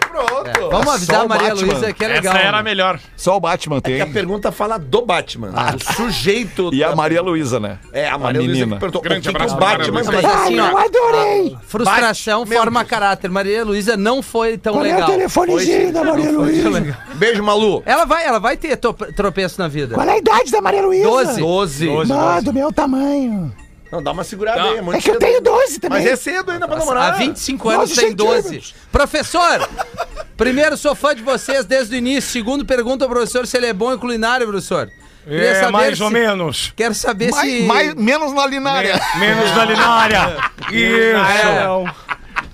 Speaker 8: Pronto.
Speaker 4: Vamos avisar
Speaker 1: só
Speaker 4: a
Speaker 1: o
Speaker 4: Maria
Speaker 1: Batman.
Speaker 4: Luísa que é legal.
Speaker 7: Essa era a
Speaker 4: né?
Speaker 7: melhor.
Speaker 1: Só o Batman
Speaker 8: Que
Speaker 1: tem.
Speaker 8: a pergunta fala do Batman, o sujeito
Speaker 1: Ah. E a
Speaker 8: da-
Speaker 1: Maria Luísa, né?
Speaker 8: É, a Maria
Speaker 1: a
Speaker 8: Luísa que
Speaker 1: menina.
Speaker 8: perguntou.
Speaker 7: Grande
Speaker 8: o que que
Speaker 7: abraço
Speaker 8: o
Speaker 7: pra Maria
Speaker 8: Batman tem?
Speaker 4: Não, mas assim, ó,
Speaker 10: adorei!
Speaker 4: frustração
Speaker 8: Bate- é
Speaker 4: forma caráter. Maria Luísa não foi tão
Speaker 10: Olha É o
Speaker 4: legal.
Speaker 10: telefonezinho da Maria Luísa.
Speaker 8: Beijo, Malu.
Speaker 4: Ela vai, ela vai ter to- tropeço na vida.
Speaker 10: Qual é a idade da Maria Luísa?
Speaker 4: 12.
Speaker 8: 12.
Speaker 10: Não, do meu tamanho.
Speaker 8: Não, dá uma segurada
Speaker 3: Tá.
Speaker 8: aí, é muito
Speaker 10: É que eu
Speaker 8: cedo.
Speaker 10: tenho 12 também.
Speaker 8: Mas é cedo ainda pra namorar.
Speaker 4: Há 25 anos
Speaker 10: Nossa,
Speaker 4: tem
Speaker 10: gente,
Speaker 4: 12. Professor, primeiro sou fã de vocês desde o início. Segundo, pergunto ao professor se ele é bom em culinária, professor. Queria
Speaker 2: É,
Speaker 4: saber
Speaker 2: mais
Speaker 4: se-
Speaker 2: ou menos.
Speaker 4: Quero saber se.
Speaker 1: Mais, mais- menos na linária.
Speaker 2: Menos da linária. Isso.
Speaker 5: Não.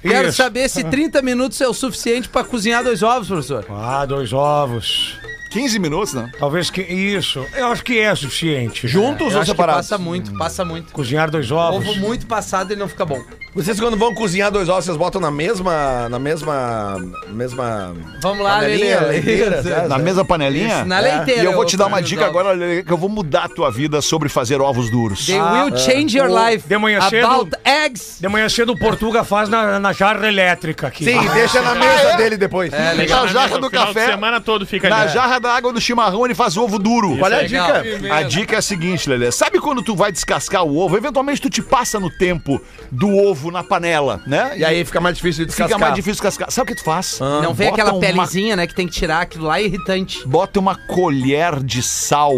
Speaker 4: Quero
Speaker 2: Isso.
Speaker 4: saber se 30 minutos é o suficiente pra cozinhar dois ovos, professor.
Speaker 2: Ah, dois ovos.
Speaker 1: 15 minutos, né?
Speaker 2: Talvez que. Isso. Eu acho que é suficiente.
Speaker 8: Juntos
Speaker 4: Eu
Speaker 8: ou
Speaker 4: acho que
Speaker 8: separados?
Speaker 4: passa muito, passa muito.
Speaker 2: Cozinhar dois
Speaker 4: Ovo
Speaker 2: ovos.
Speaker 4: muito passado ele não fica bom.
Speaker 8: Vocês quando vão cozinhar dois ovos, vocês botam na mesma... Na mesma... Mesma...
Speaker 4: Vamos lá,
Speaker 8: panelinha,
Speaker 4: Lelê.
Speaker 8: leiteira,
Speaker 4: Isso.
Speaker 8: sabe?
Speaker 1: Na mesma panelinha?
Speaker 4: Isso, na leiteira.
Speaker 1: né? E eu vou te dar uma
Speaker 4: faço
Speaker 1: dica
Speaker 4: ovos.
Speaker 1: agora, Lelê, que eu vou mudar a tua vida sobre fazer ovos duros.
Speaker 4: They will change
Speaker 1: é.
Speaker 4: your life.
Speaker 2: De manhã cedo-
Speaker 4: About eggs.
Speaker 2: De manhã cedo o Portuga faz na, na jarra elétrica aqui.
Speaker 8: Sim, deixa na mesa dele depois.
Speaker 1: Na jarra Então, do
Speaker 7: No final de
Speaker 1: café,
Speaker 7: semana todo fica
Speaker 1: na
Speaker 7: ali.
Speaker 1: jarra da água do chimarrão, ele faz ovo duro.
Speaker 8: Qual é a
Speaker 4: Legal.
Speaker 8: dica?
Speaker 1: A dica é a seguinte, Lelê. Sabe quando tu vai descascar o ovo? Eventualmente tu te passa no tempo do ovo na panela, né?
Speaker 8: E aí fica mais difícil de descascar.
Speaker 1: fica mais difícil cascar. Sabe o que tu faz?
Speaker 4: Não vem
Speaker 1: Ah, Bota
Speaker 4: aquela
Speaker 1: uma-
Speaker 4: pelezinha, né, que tem que tirar aquilo lá é irritante.
Speaker 1: Bota uma colher de sal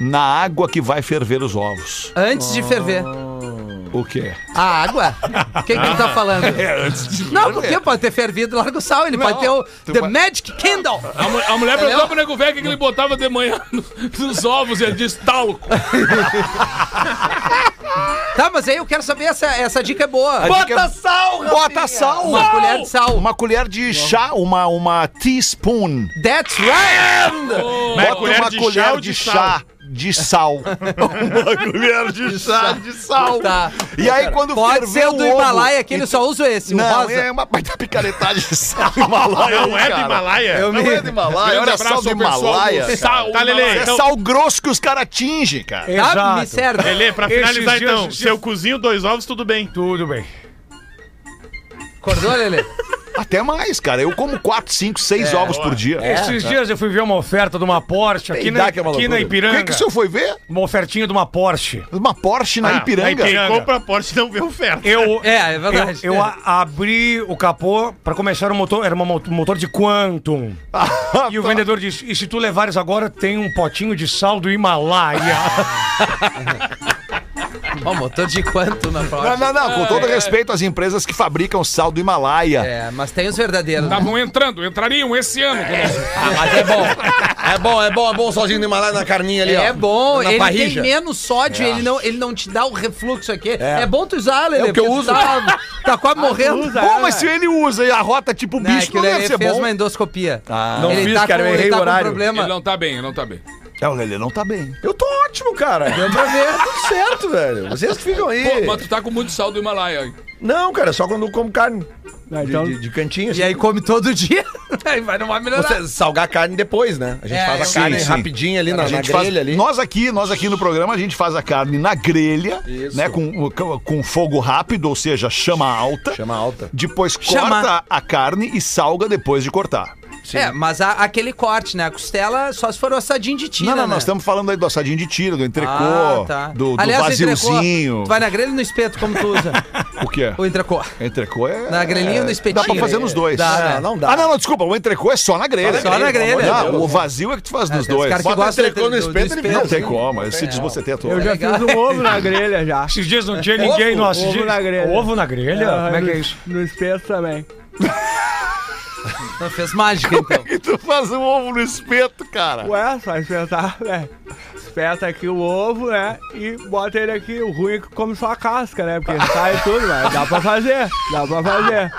Speaker 1: na água que vai ferver os ovos.
Speaker 4: Antes de ferver.
Speaker 1: O quê?
Speaker 4: A água? O que, que ele tá falando?
Speaker 1: É, antes de
Speaker 4: Não, porque pode ter fervido, larga o sal, ele pode ter o The Magic Kindle.
Speaker 3: A, mu- a mulher perguntou pro nego velho o que que ele botava de manhã no- nos ovos e ele disse talco.
Speaker 4: Tá, mas aí eu quero saber essa, essa dica é boa.
Speaker 8: Bota sal,
Speaker 7: é
Speaker 1: é Bota sal!
Speaker 4: Uma colher de sal.
Speaker 1: Uma colher de chá, uma, uma teaspoon.
Speaker 4: That's right!
Speaker 1: Bota uma colher de chá de sal. uma colher de chá de sal.
Speaker 4: Tá.
Speaker 1: E aí quando
Speaker 4: Pode
Speaker 1: ferver
Speaker 4: ser o
Speaker 1: o
Speaker 4: do
Speaker 1: ovo-
Speaker 4: Himalaia, que ele só usa esse, o
Speaker 1: Não,
Speaker 4: rosa.
Speaker 1: é uma baita picaretagem de sal Himalaia.
Speaker 7: Não é do
Speaker 1: cara.
Speaker 7: Himalaia?
Speaker 1: Não é do Himalaia, olha sal do Himalaia. cara.
Speaker 3: Sal,
Speaker 7: Tá, Lelê,
Speaker 3: Himalaia.
Speaker 1: É
Speaker 7: Então-
Speaker 1: sal grosso que os caras atingem, cara.
Speaker 4: Tá, me serve.
Speaker 7: Lelê, pra
Speaker 2: Esses
Speaker 7: finalizar
Speaker 2: dias
Speaker 7: então,
Speaker 2: eu-
Speaker 7: se eu cozinho dois ovos, tudo bem.
Speaker 2: Tudo bem.
Speaker 4: Acordou, Lelê?
Speaker 1: Até mais, cara. Eu como 4, 5, 6 ovos por dia.
Speaker 2: Esses dias eu fui ver uma oferta de uma Porsche aqui, na,
Speaker 8: que é uma
Speaker 2: aqui
Speaker 8: loucura.
Speaker 1: O
Speaker 2: na
Speaker 1: é. que,
Speaker 2: Ipiranga.
Speaker 1: que o senhor foi ver?
Speaker 2: Uma ofertinha de uma Porsche.
Speaker 1: Uma Porsche na Ipiranga.
Speaker 7: Aí quem
Speaker 2: Ipiranga.
Speaker 7: compra Porsche não vê oferta.
Speaker 2: Eu,
Speaker 4: É, é verdade.
Speaker 2: Eu, eu a- abri o capô pra começar o motor. Era uma mo- um motor de Quantum.
Speaker 1: Ah,
Speaker 2: e o vendedor disse: E se tu levares agora, tem um potinho de sal do Himalaia.
Speaker 4: Ó, motor de quanto na
Speaker 1: Não,
Speaker 4: prova?
Speaker 1: não, não. Com todo respeito às empresas que fabricam sal do Himalaia.
Speaker 4: É, mas tem os verdadeiros. né?
Speaker 3: Estavam Tá entrando, entrariam esse ano.
Speaker 8: Ah, mas é bom. É bom, é bom, é bom sozinho no Himalaia na carninha ali, ó.
Speaker 4: É bom,
Speaker 8: Na
Speaker 4: ele
Speaker 8: parrija.
Speaker 4: tem menos sódio, ele, não, ele não te dá o refluxo aqui. É, bom tu usar, Lelê.
Speaker 8: É o que eu
Speaker 4: porque tu
Speaker 8: uso.
Speaker 4: Tá, tá quase morrendo.
Speaker 5: usa,
Speaker 1: Pô, mas se ele usa e a rota tipo
Speaker 4: Não, é
Speaker 1: bicho,
Speaker 4: que o
Speaker 1: não deve
Speaker 4: Lelê
Speaker 1: ser
Speaker 4: fez
Speaker 1: bom.
Speaker 4: uma endoscopia.
Speaker 8: Não fiz, cara, eu errei
Speaker 4: ele tá
Speaker 8: o horário.
Speaker 4: Com problema.
Speaker 3: Ele não tá bem, ele não tá bem.
Speaker 1: É, o Lelê não tá bem.
Speaker 8: Eu tô ótimo, cara. Deu pra ver, tudo certo, velho. Vocês que ficam aí.
Speaker 3: Pô, mas tu tá com muito sal do Himalaia. hein?
Speaker 8: Não, cara, só quando eu como carne.
Speaker 5: Ah,
Speaker 8: De,
Speaker 5: então-
Speaker 8: de- de cantinho,
Speaker 4: E aí come todo dia, aí vai numa melhorar.
Speaker 8: Você salgar a carne depois, né? A gente
Speaker 4: É,
Speaker 8: faz a
Speaker 4: eu-
Speaker 8: carne
Speaker 1: Sim, sim.
Speaker 8: rapidinho ali na,
Speaker 1: A
Speaker 8: na
Speaker 1: gente
Speaker 8: grelha
Speaker 1: faz,
Speaker 8: ali.
Speaker 1: Nós aqui, nós aqui no programa, a gente faz a carne na grelha,
Speaker 8: Isso.
Speaker 1: né? Com, com- com fogo rápido, ou seja, chama alta.
Speaker 8: Chama alta.
Speaker 1: Depois
Speaker 4: Chama.
Speaker 1: corta a carne e salga depois de cortar.
Speaker 4: É, mas a- aquele corte, né? A costela só se for o assadinho de tira,
Speaker 1: não, não,
Speaker 4: né?
Speaker 1: nós estamos falando aí do assadinho de tiro, do entrecô,
Speaker 4: Ah, tá.
Speaker 1: do, do
Speaker 4: entrecô,
Speaker 1: vaziozinho.
Speaker 4: tu vai na grelha ou no espeto, como tu usa?
Speaker 1: O que é?
Speaker 4: o entrecô.
Speaker 1: Entrecô é.
Speaker 4: Na grelhinha ou no espetinho?
Speaker 1: Dá pra fazer nos dois.
Speaker 4: Dá, né?
Speaker 8: Ah, não dá.
Speaker 1: Ah, não, não, desculpa. O entrecô é só na grelha.
Speaker 4: Só na grelha.
Speaker 1: Ah, o vazio é que tu faz nos
Speaker 4: Tem os
Speaker 1: dois.
Speaker 4: caras que
Speaker 1: Bota-
Speaker 4: gostam
Speaker 8: entrecô no
Speaker 4: do- do
Speaker 8: espeto, ele
Speaker 1: Não tem
Speaker 4: né?
Speaker 1: como, esse desbocetei todo.
Speaker 5: Eu já
Speaker 4: legal.
Speaker 5: fiz um ovo na grelha já.
Speaker 2: Esses dias não tinha ninguém.
Speaker 8: Ovo?
Speaker 2: não, esses
Speaker 5: Ovo
Speaker 2: dias-
Speaker 5: na grelha.
Speaker 2: Ovo na grelha?
Speaker 5: Ah,
Speaker 2: Como é que é
Speaker 5: no-
Speaker 2: isso?
Speaker 5: No espeto também.
Speaker 4: Então fez mágica, então.
Speaker 1: E tu faz um ovo no espeto, cara.
Speaker 5: Ué, só espetar, velho. Espeta aqui o ovo, né? E bota ele aqui. O ruim é que come só a casca, né? Porque sai tudo, mas dá pra fazer. Dá pra fazer.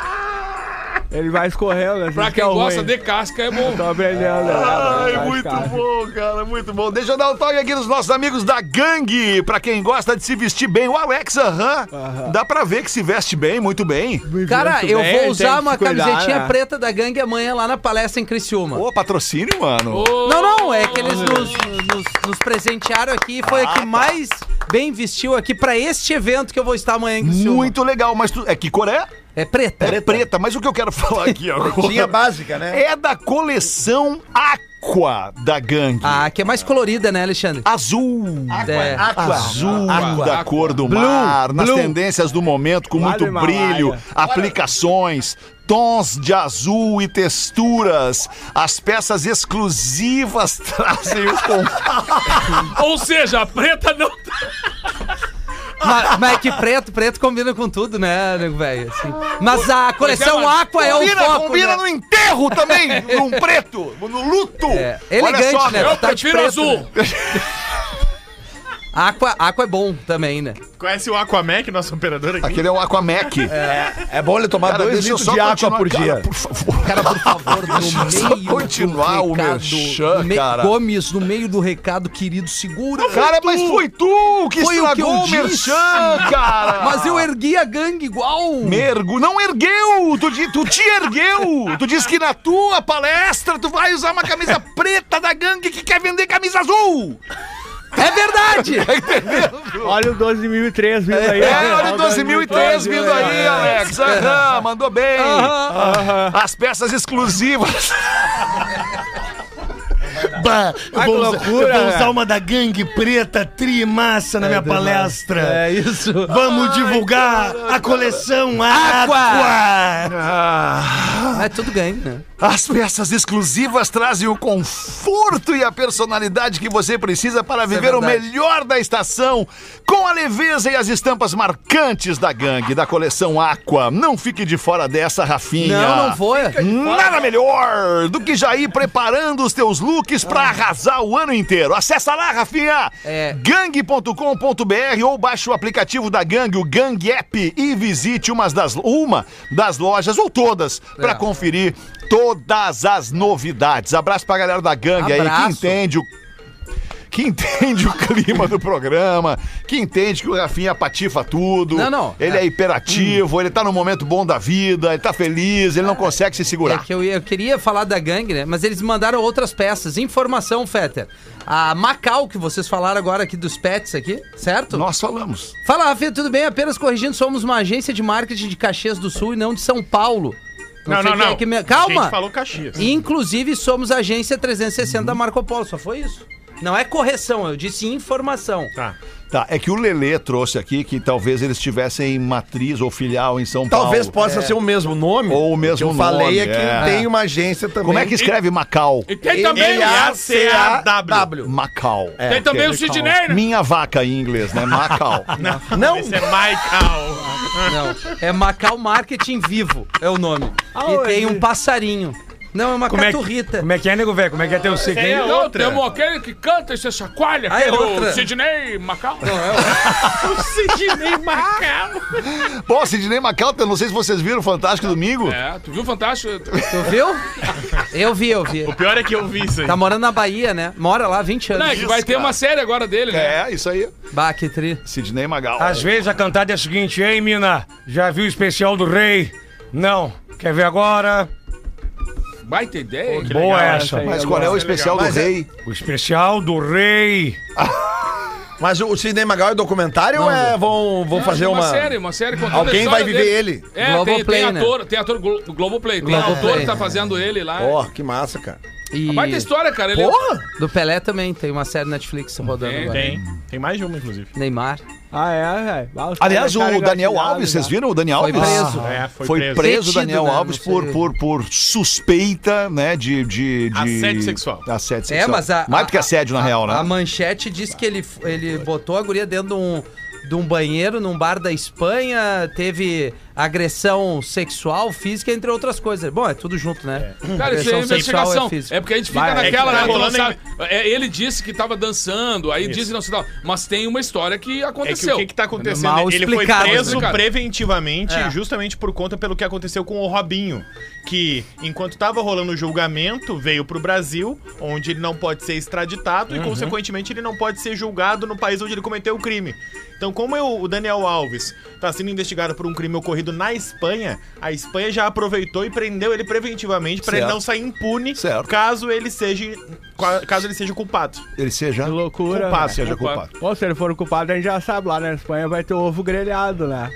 Speaker 5: Ele vai escorrendo, assim.
Speaker 3: Pra
Speaker 5: que
Speaker 3: quem
Speaker 5: é o
Speaker 3: gosta
Speaker 5: ruim.
Speaker 3: de casca é bom.
Speaker 5: Tô aprendendo. né?
Speaker 1: Ai,
Speaker 5: Vai
Speaker 1: muito
Speaker 5: ficar.
Speaker 1: bom, cara, muito bom. Deixa eu dar um toque aqui nos nossos amigos da gangue. Pra quem gosta de se vestir bem, o Alex, aham. Dá pra ver que se veste bem, muito bem.
Speaker 4: Cara,
Speaker 5: Muito
Speaker 4: eu
Speaker 5: bem,
Speaker 4: vou
Speaker 5: tem que
Speaker 4: usar
Speaker 5: se
Speaker 4: uma
Speaker 5: cuidar,
Speaker 4: camisetinha
Speaker 5: né?
Speaker 4: preta da gangue amanhã lá na palestra em Criciúma.
Speaker 1: Ô, patrocínio, mano.
Speaker 4: Não, não, é que eles nos, nos- nos presentearam aqui e
Speaker 1: Ah,
Speaker 4: foi a
Speaker 1: tá.
Speaker 4: que mais bem vestiu aqui pra este evento que eu vou estar amanhã em Criciúma.
Speaker 1: muito legal, mas tu, é que cor é?
Speaker 4: É preta.
Speaker 1: É preta. mas o que eu quero falar aqui
Speaker 8: Linha
Speaker 1: agora
Speaker 8: básica, né?
Speaker 1: é da coleção Aqua da gangue.
Speaker 4: Ah, que é mais colorida, né, Alexandre?
Speaker 1: Azul.
Speaker 4: É.
Speaker 1: Azul Ah, da cor do mar, nas tendências do momento, com muito
Speaker 5: Vale
Speaker 1: brilho,
Speaker 5: Himalaia.
Speaker 1: aplicações, tons de azul e texturas. As peças exclusivas trazem o conforto.
Speaker 3: Ou seja, a preta não tá.
Speaker 4: Ma- Mas é que preto, preto combina com tudo, né, nego velho? assim. Mas a coleção Aqua é o
Speaker 1: Combina,
Speaker 4: foco,
Speaker 1: combina
Speaker 4: né?
Speaker 1: no enterro também, num preto, no luto.
Speaker 4: É, elegante,
Speaker 1: Olha só,
Speaker 4: né?
Speaker 1: meu.
Speaker 3: Eu
Speaker 4: Tá de
Speaker 3: prefiro
Speaker 4: preto,
Speaker 3: azul.
Speaker 4: Aqua, aqua é bom também, né?
Speaker 7: Conhece o Aquamec, nosso operador aqui?
Speaker 1: Aquele é o Aquamec.
Speaker 8: É bom ele tomar
Speaker 1: Cara,
Speaker 8: dois
Speaker 1: deixa eu
Speaker 8: litros
Speaker 1: só
Speaker 8: de água
Speaker 1: continuar.
Speaker 8: por dia.
Speaker 1: Cara, por favor.
Speaker 4: Cara, por favor, no
Speaker 1: Deixa eu só
Speaker 4: meio
Speaker 1: continuar
Speaker 4: do
Speaker 1: o
Speaker 4: recado,
Speaker 1: merchan,
Speaker 4: no me-
Speaker 1: cara.
Speaker 4: Gomes, no meio do recado, querido, segura.
Speaker 1: Cara, mas foi tu que
Speaker 4: Foi o que eu
Speaker 1: estragou o
Speaker 4: disse.
Speaker 1: merchan, cara.
Speaker 4: Mas eu ergui a gangue igual.
Speaker 1: Mergo, não ergueu! Tu, di- tu te ergueu! Tu diz que na tua palestra tu vai usar uma camisa preta da gangue que quer vender camisa azul!
Speaker 4: É verdade!
Speaker 5: Olha o 12.003 vindo aí.
Speaker 1: É,
Speaker 5: ó.
Speaker 1: olha o 12.003 vindo aí, Alex! Aham, mandou bem! As peças exclusivas
Speaker 9: babá. Eu
Speaker 5: Ai,
Speaker 9: vou
Speaker 5: que
Speaker 9: usar-
Speaker 5: loucura, né?
Speaker 9: eu vou usar
Speaker 5: velho.
Speaker 9: uma da gangue preta, tri massa na minha palestra.
Speaker 4: É isso.
Speaker 9: Vamos divulgar a coleção Aqua.
Speaker 4: Mas tudo ganho, né?
Speaker 1: As peças exclusivas trazem o conforto e a personalidade que você precisa para
Speaker 4: é
Speaker 1: viver o
Speaker 4: verdade.
Speaker 1: melhor da estação, com a leveza e as estampas marcantes da gangue, da coleção Aqua. Não fique de fora dessa, Rafinha.
Speaker 4: Não, não foi.
Speaker 1: Nada melhor do que já ir preparando os teus looks pra arrasar o ano inteiro. Acessa lá, Rafinha!
Speaker 4: Ah. É.
Speaker 1: Gang.com.br ou baixe o aplicativo da Gang, o Gang App, e visite umas das, uma das lojas, ou todas, pra
Speaker 4: É.
Speaker 1: conferir todas as novidades. Abraço pra galera da Gang aí, que
Speaker 4: Abraço.
Speaker 1: entende o que entende o clima do programa, que entende que o Rafinha patifa tudo.
Speaker 4: Não, não.
Speaker 1: Ele é, hiperativo, ele tá num momento bom da vida, ele tá feliz, ele não consegue se
Speaker 4: É
Speaker 1: segurar.
Speaker 4: que eu, ia- eu queria falar da gangue, né? Mas eles mandaram outras peças. Informação, Fetter. A Macau, que vocês falaram agora aqui dos pets aqui, certo?
Speaker 1: Nós falamos.
Speaker 4: Fala, Rafinha, tudo bem? Apenas corrigindo, somos uma agência de marketing de Caxias do Sul e não de São Paulo.
Speaker 7: Não,
Speaker 4: sei
Speaker 7: não,
Speaker 4: quem é
Speaker 7: não.
Speaker 4: que me-
Speaker 7: A gente
Speaker 4: Calma!
Speaker 7: falou Caxias.
Speaker 4: Inclusive, somos a agência 360 da Marco Polo, só foi isso. Não é correção, eu disse informação.
Speaker 7: Tá.
Speaker 1: Tá, é que o Lelê trouxe aqui que talvez eles tivessem matriz ou filial em São
Speaker 8: Talvez
Speaker 1: Paulo. É.
Speaker 8: possa ser o mesmo nome.
Speaker 1: Ou o
Speaker 8: que
Speaker 1: mesmo
Speaker 8: eu falei
Speaker 1: nome,
Speaker 8: é que
Speaker 1: é.
Speaker 8: tem uma agência também.
Speaker 1: Como é que escreve Macau?
Speaker 3: E tem também,
Speaker 7: é
Speaker 3: o-
Speaker 8: A-C-A-W.
Speaker 1: Macau.
Speaker 8: É,
Speaker 3: tem também o Sidney, né?
Speaker 1: Minha vaca em inglês, né? Macau.
Speaker 8: Não,
Speaker 7: Esse é Michael.
Speaker 4: Não, é Macau Marketing Vivo, é o nome. e tem um passarinho. Não, é uma
Speaker 2: Como é, que,
Speaker 4: caturrita.
Speaker 2: como é que é, nego velho? Como é que é teu segredo?
Speaker 3: Não, temos aquele um que canta e se chacoalha,
Speaker 4: Ah, é
Speaker 3: que era o
Speaker 4: outra.
Speaker 3: Sidney Macau.
Speaker 7: Sidney Macau.
Speaker 1: Pô, Sidney Macau, eu não sei se vocês viram o Fantástico Domingo.
Speaker 3: É, tu viu o Fantástico?
Speaker 4: Tu viu? Eu vi, eu vi.
Speaker 7: é O pior é que eu vi isso aí.
Speaker 4: Tá morando na Bahia, né? Mora lá há 20
Speaker 3: Não, é
Speaker 4: anos.
Speaker 3: que vai ter uma série agora dele, né?
Speaker 1: É, isso aí.
Speaker 4: Bah, que tri.
Speaker 1: Sidney Magal.
Speaker 8: Ah,
Speaker 2: Às vezes a cantada é a seguinte, ei mina, já viu o especial do rei? Não. Quer ver agora?
Speaker 3: Baita ideia. hein?
Speaker 2: Boa
Speaker 7: legal
Speaker 2: essa.
Speaker 1: Mas qual é o especial do
Speaker 8: Mas é-
Speaker 1: rei?
Speaker 2: O especial do rei.
Speaker 8: mas o Sidney Magal é documentário ou é, vão, vão
Speaker 3: É,
Speaker 8: fazer uma...
Speaker 3: série, uma série contando
Speaker 8: Alguém
Speaker 3: a história
Speaker 8: vai viver
Speaker 3: dele.
Speaker 8: ele.
Speaker 3: É, tem,
Speaker 4: Globoplay,
Speaker 3: tem
Speaker 4: né?
Speaker 3: ator, tem ator Glo Globoplay, tem
Speaker 4: Globoplay.
Speaker 3: ator que tá fazendo ele lá.
Speaker 8: Ó, que massa, cara.
Speaker 4: E
Speaker 3: Baita história, cara. Ele é um
Speaker 8: Porra!
Speaker 4: do Pelé também, tem uma série Netflix rodando
Speaker 3: Tem,
Speaker 4: agora.
Speaker 7: Tem. Tem mais de uma, inclusive.
Speaker 4: Neymar.
Speaker 5: Ah, é, velho. Ah, os
Speaker 1: Aliás,
Speaker 5: caras
Speaker 1: o Daniel
Speaker 5: engatilhados,
Speaker 1: Alves, vocês
Speaker 5: né?
Speaker 1: viram o Daniel
Speaker 4: Foi
Speaker 1: Alves?
Speaker 4: preso.
Speaker 7: É, foi,
Speaker 1: Foi
Speaker 7: preso.
Speaker 1: preso
Speaker 4: Detido,
Speaker 1: Daniel
Speaker 4: né? Não
Speaker 1: Alves por,
Speaker 4: sei.
Speaker 1: por, por suspeita, né, de, de, de...
Speaker 7: Assédio sexual.
Speaker 1: Assédio
Speaker 4: É,
Speaker 1: sexual.
Speaker 4: mas a.
Speaker 1: Mais do que
Speaker 4: a-
Speaker 1: assédio, na
Speaker 4: a-
Speaker 1: real, né?
Speaker 4: A manchete diz que ele, f- ele botou a guria dentro de um, de um banheiro num bar da Espanha, teve agressão sexual, física, entre outras coisas. Bom, é tudo junto, né?
Speaker 3: Cara, isso é
Speaker 4: Agressão sexual
Speaker 3: investigação.
Speaker 4: física.
Speaker 3: É, porque a gente fica
Speaker 4: Vai, é
Speaker 3: naquela,
Speaker 7: que tá
Speaker 3: né? tu não
Speaker 7: rolando
Speaker 3: sabe. É, ele disse que tava dançando, aí disse não sei tal. Mas tem uma história que
Speaker 7: É que o
Speaker 3: aconteceu.
Speaker 7: que, que tá acontecendo?
Speaker 4: Mal
Speaker 7: ele foi
Speaker 4: explicado,
Speaker 7: preso
Speaker 3: né?
Speaker 7: preventivamente,
Speaker 4: É.
Speaker 7: justamente por conta pelo que aconteceu com o Robinho. Que, enquanto tava rolando o julgamento, veio pro Brasil, onde ele não pode ser extraditado
Speaker 4: Uhum.
Speaker 7: e, consequentemente, ele não pode ser julgado no país onde ele cometeu o crime. Então, como eu- o Daniel Alves tá sendo investigado por um crime ocorrido na Espanha, a Espanha já aproveitou e prendeu ele preventivamente pra ele
Speaker 1: Certo.
Speaker 7: não sair impune
Speaker 1: Certo.
Speaker 7: caso ele seja caso ele seja culpado.
Speaker 1: Ele seja...
Speaker 5: Que loucura,
Speaker 7: Culpado,
Speaker 5: velho.
Speaker 1: Seja
Speaker 7: Culpado.
Speaker 1: culpado.
Speaker 5: Pô, se ele for culpado, a gente já sabe, lá na Espanha vai ter ovo grelhado, né?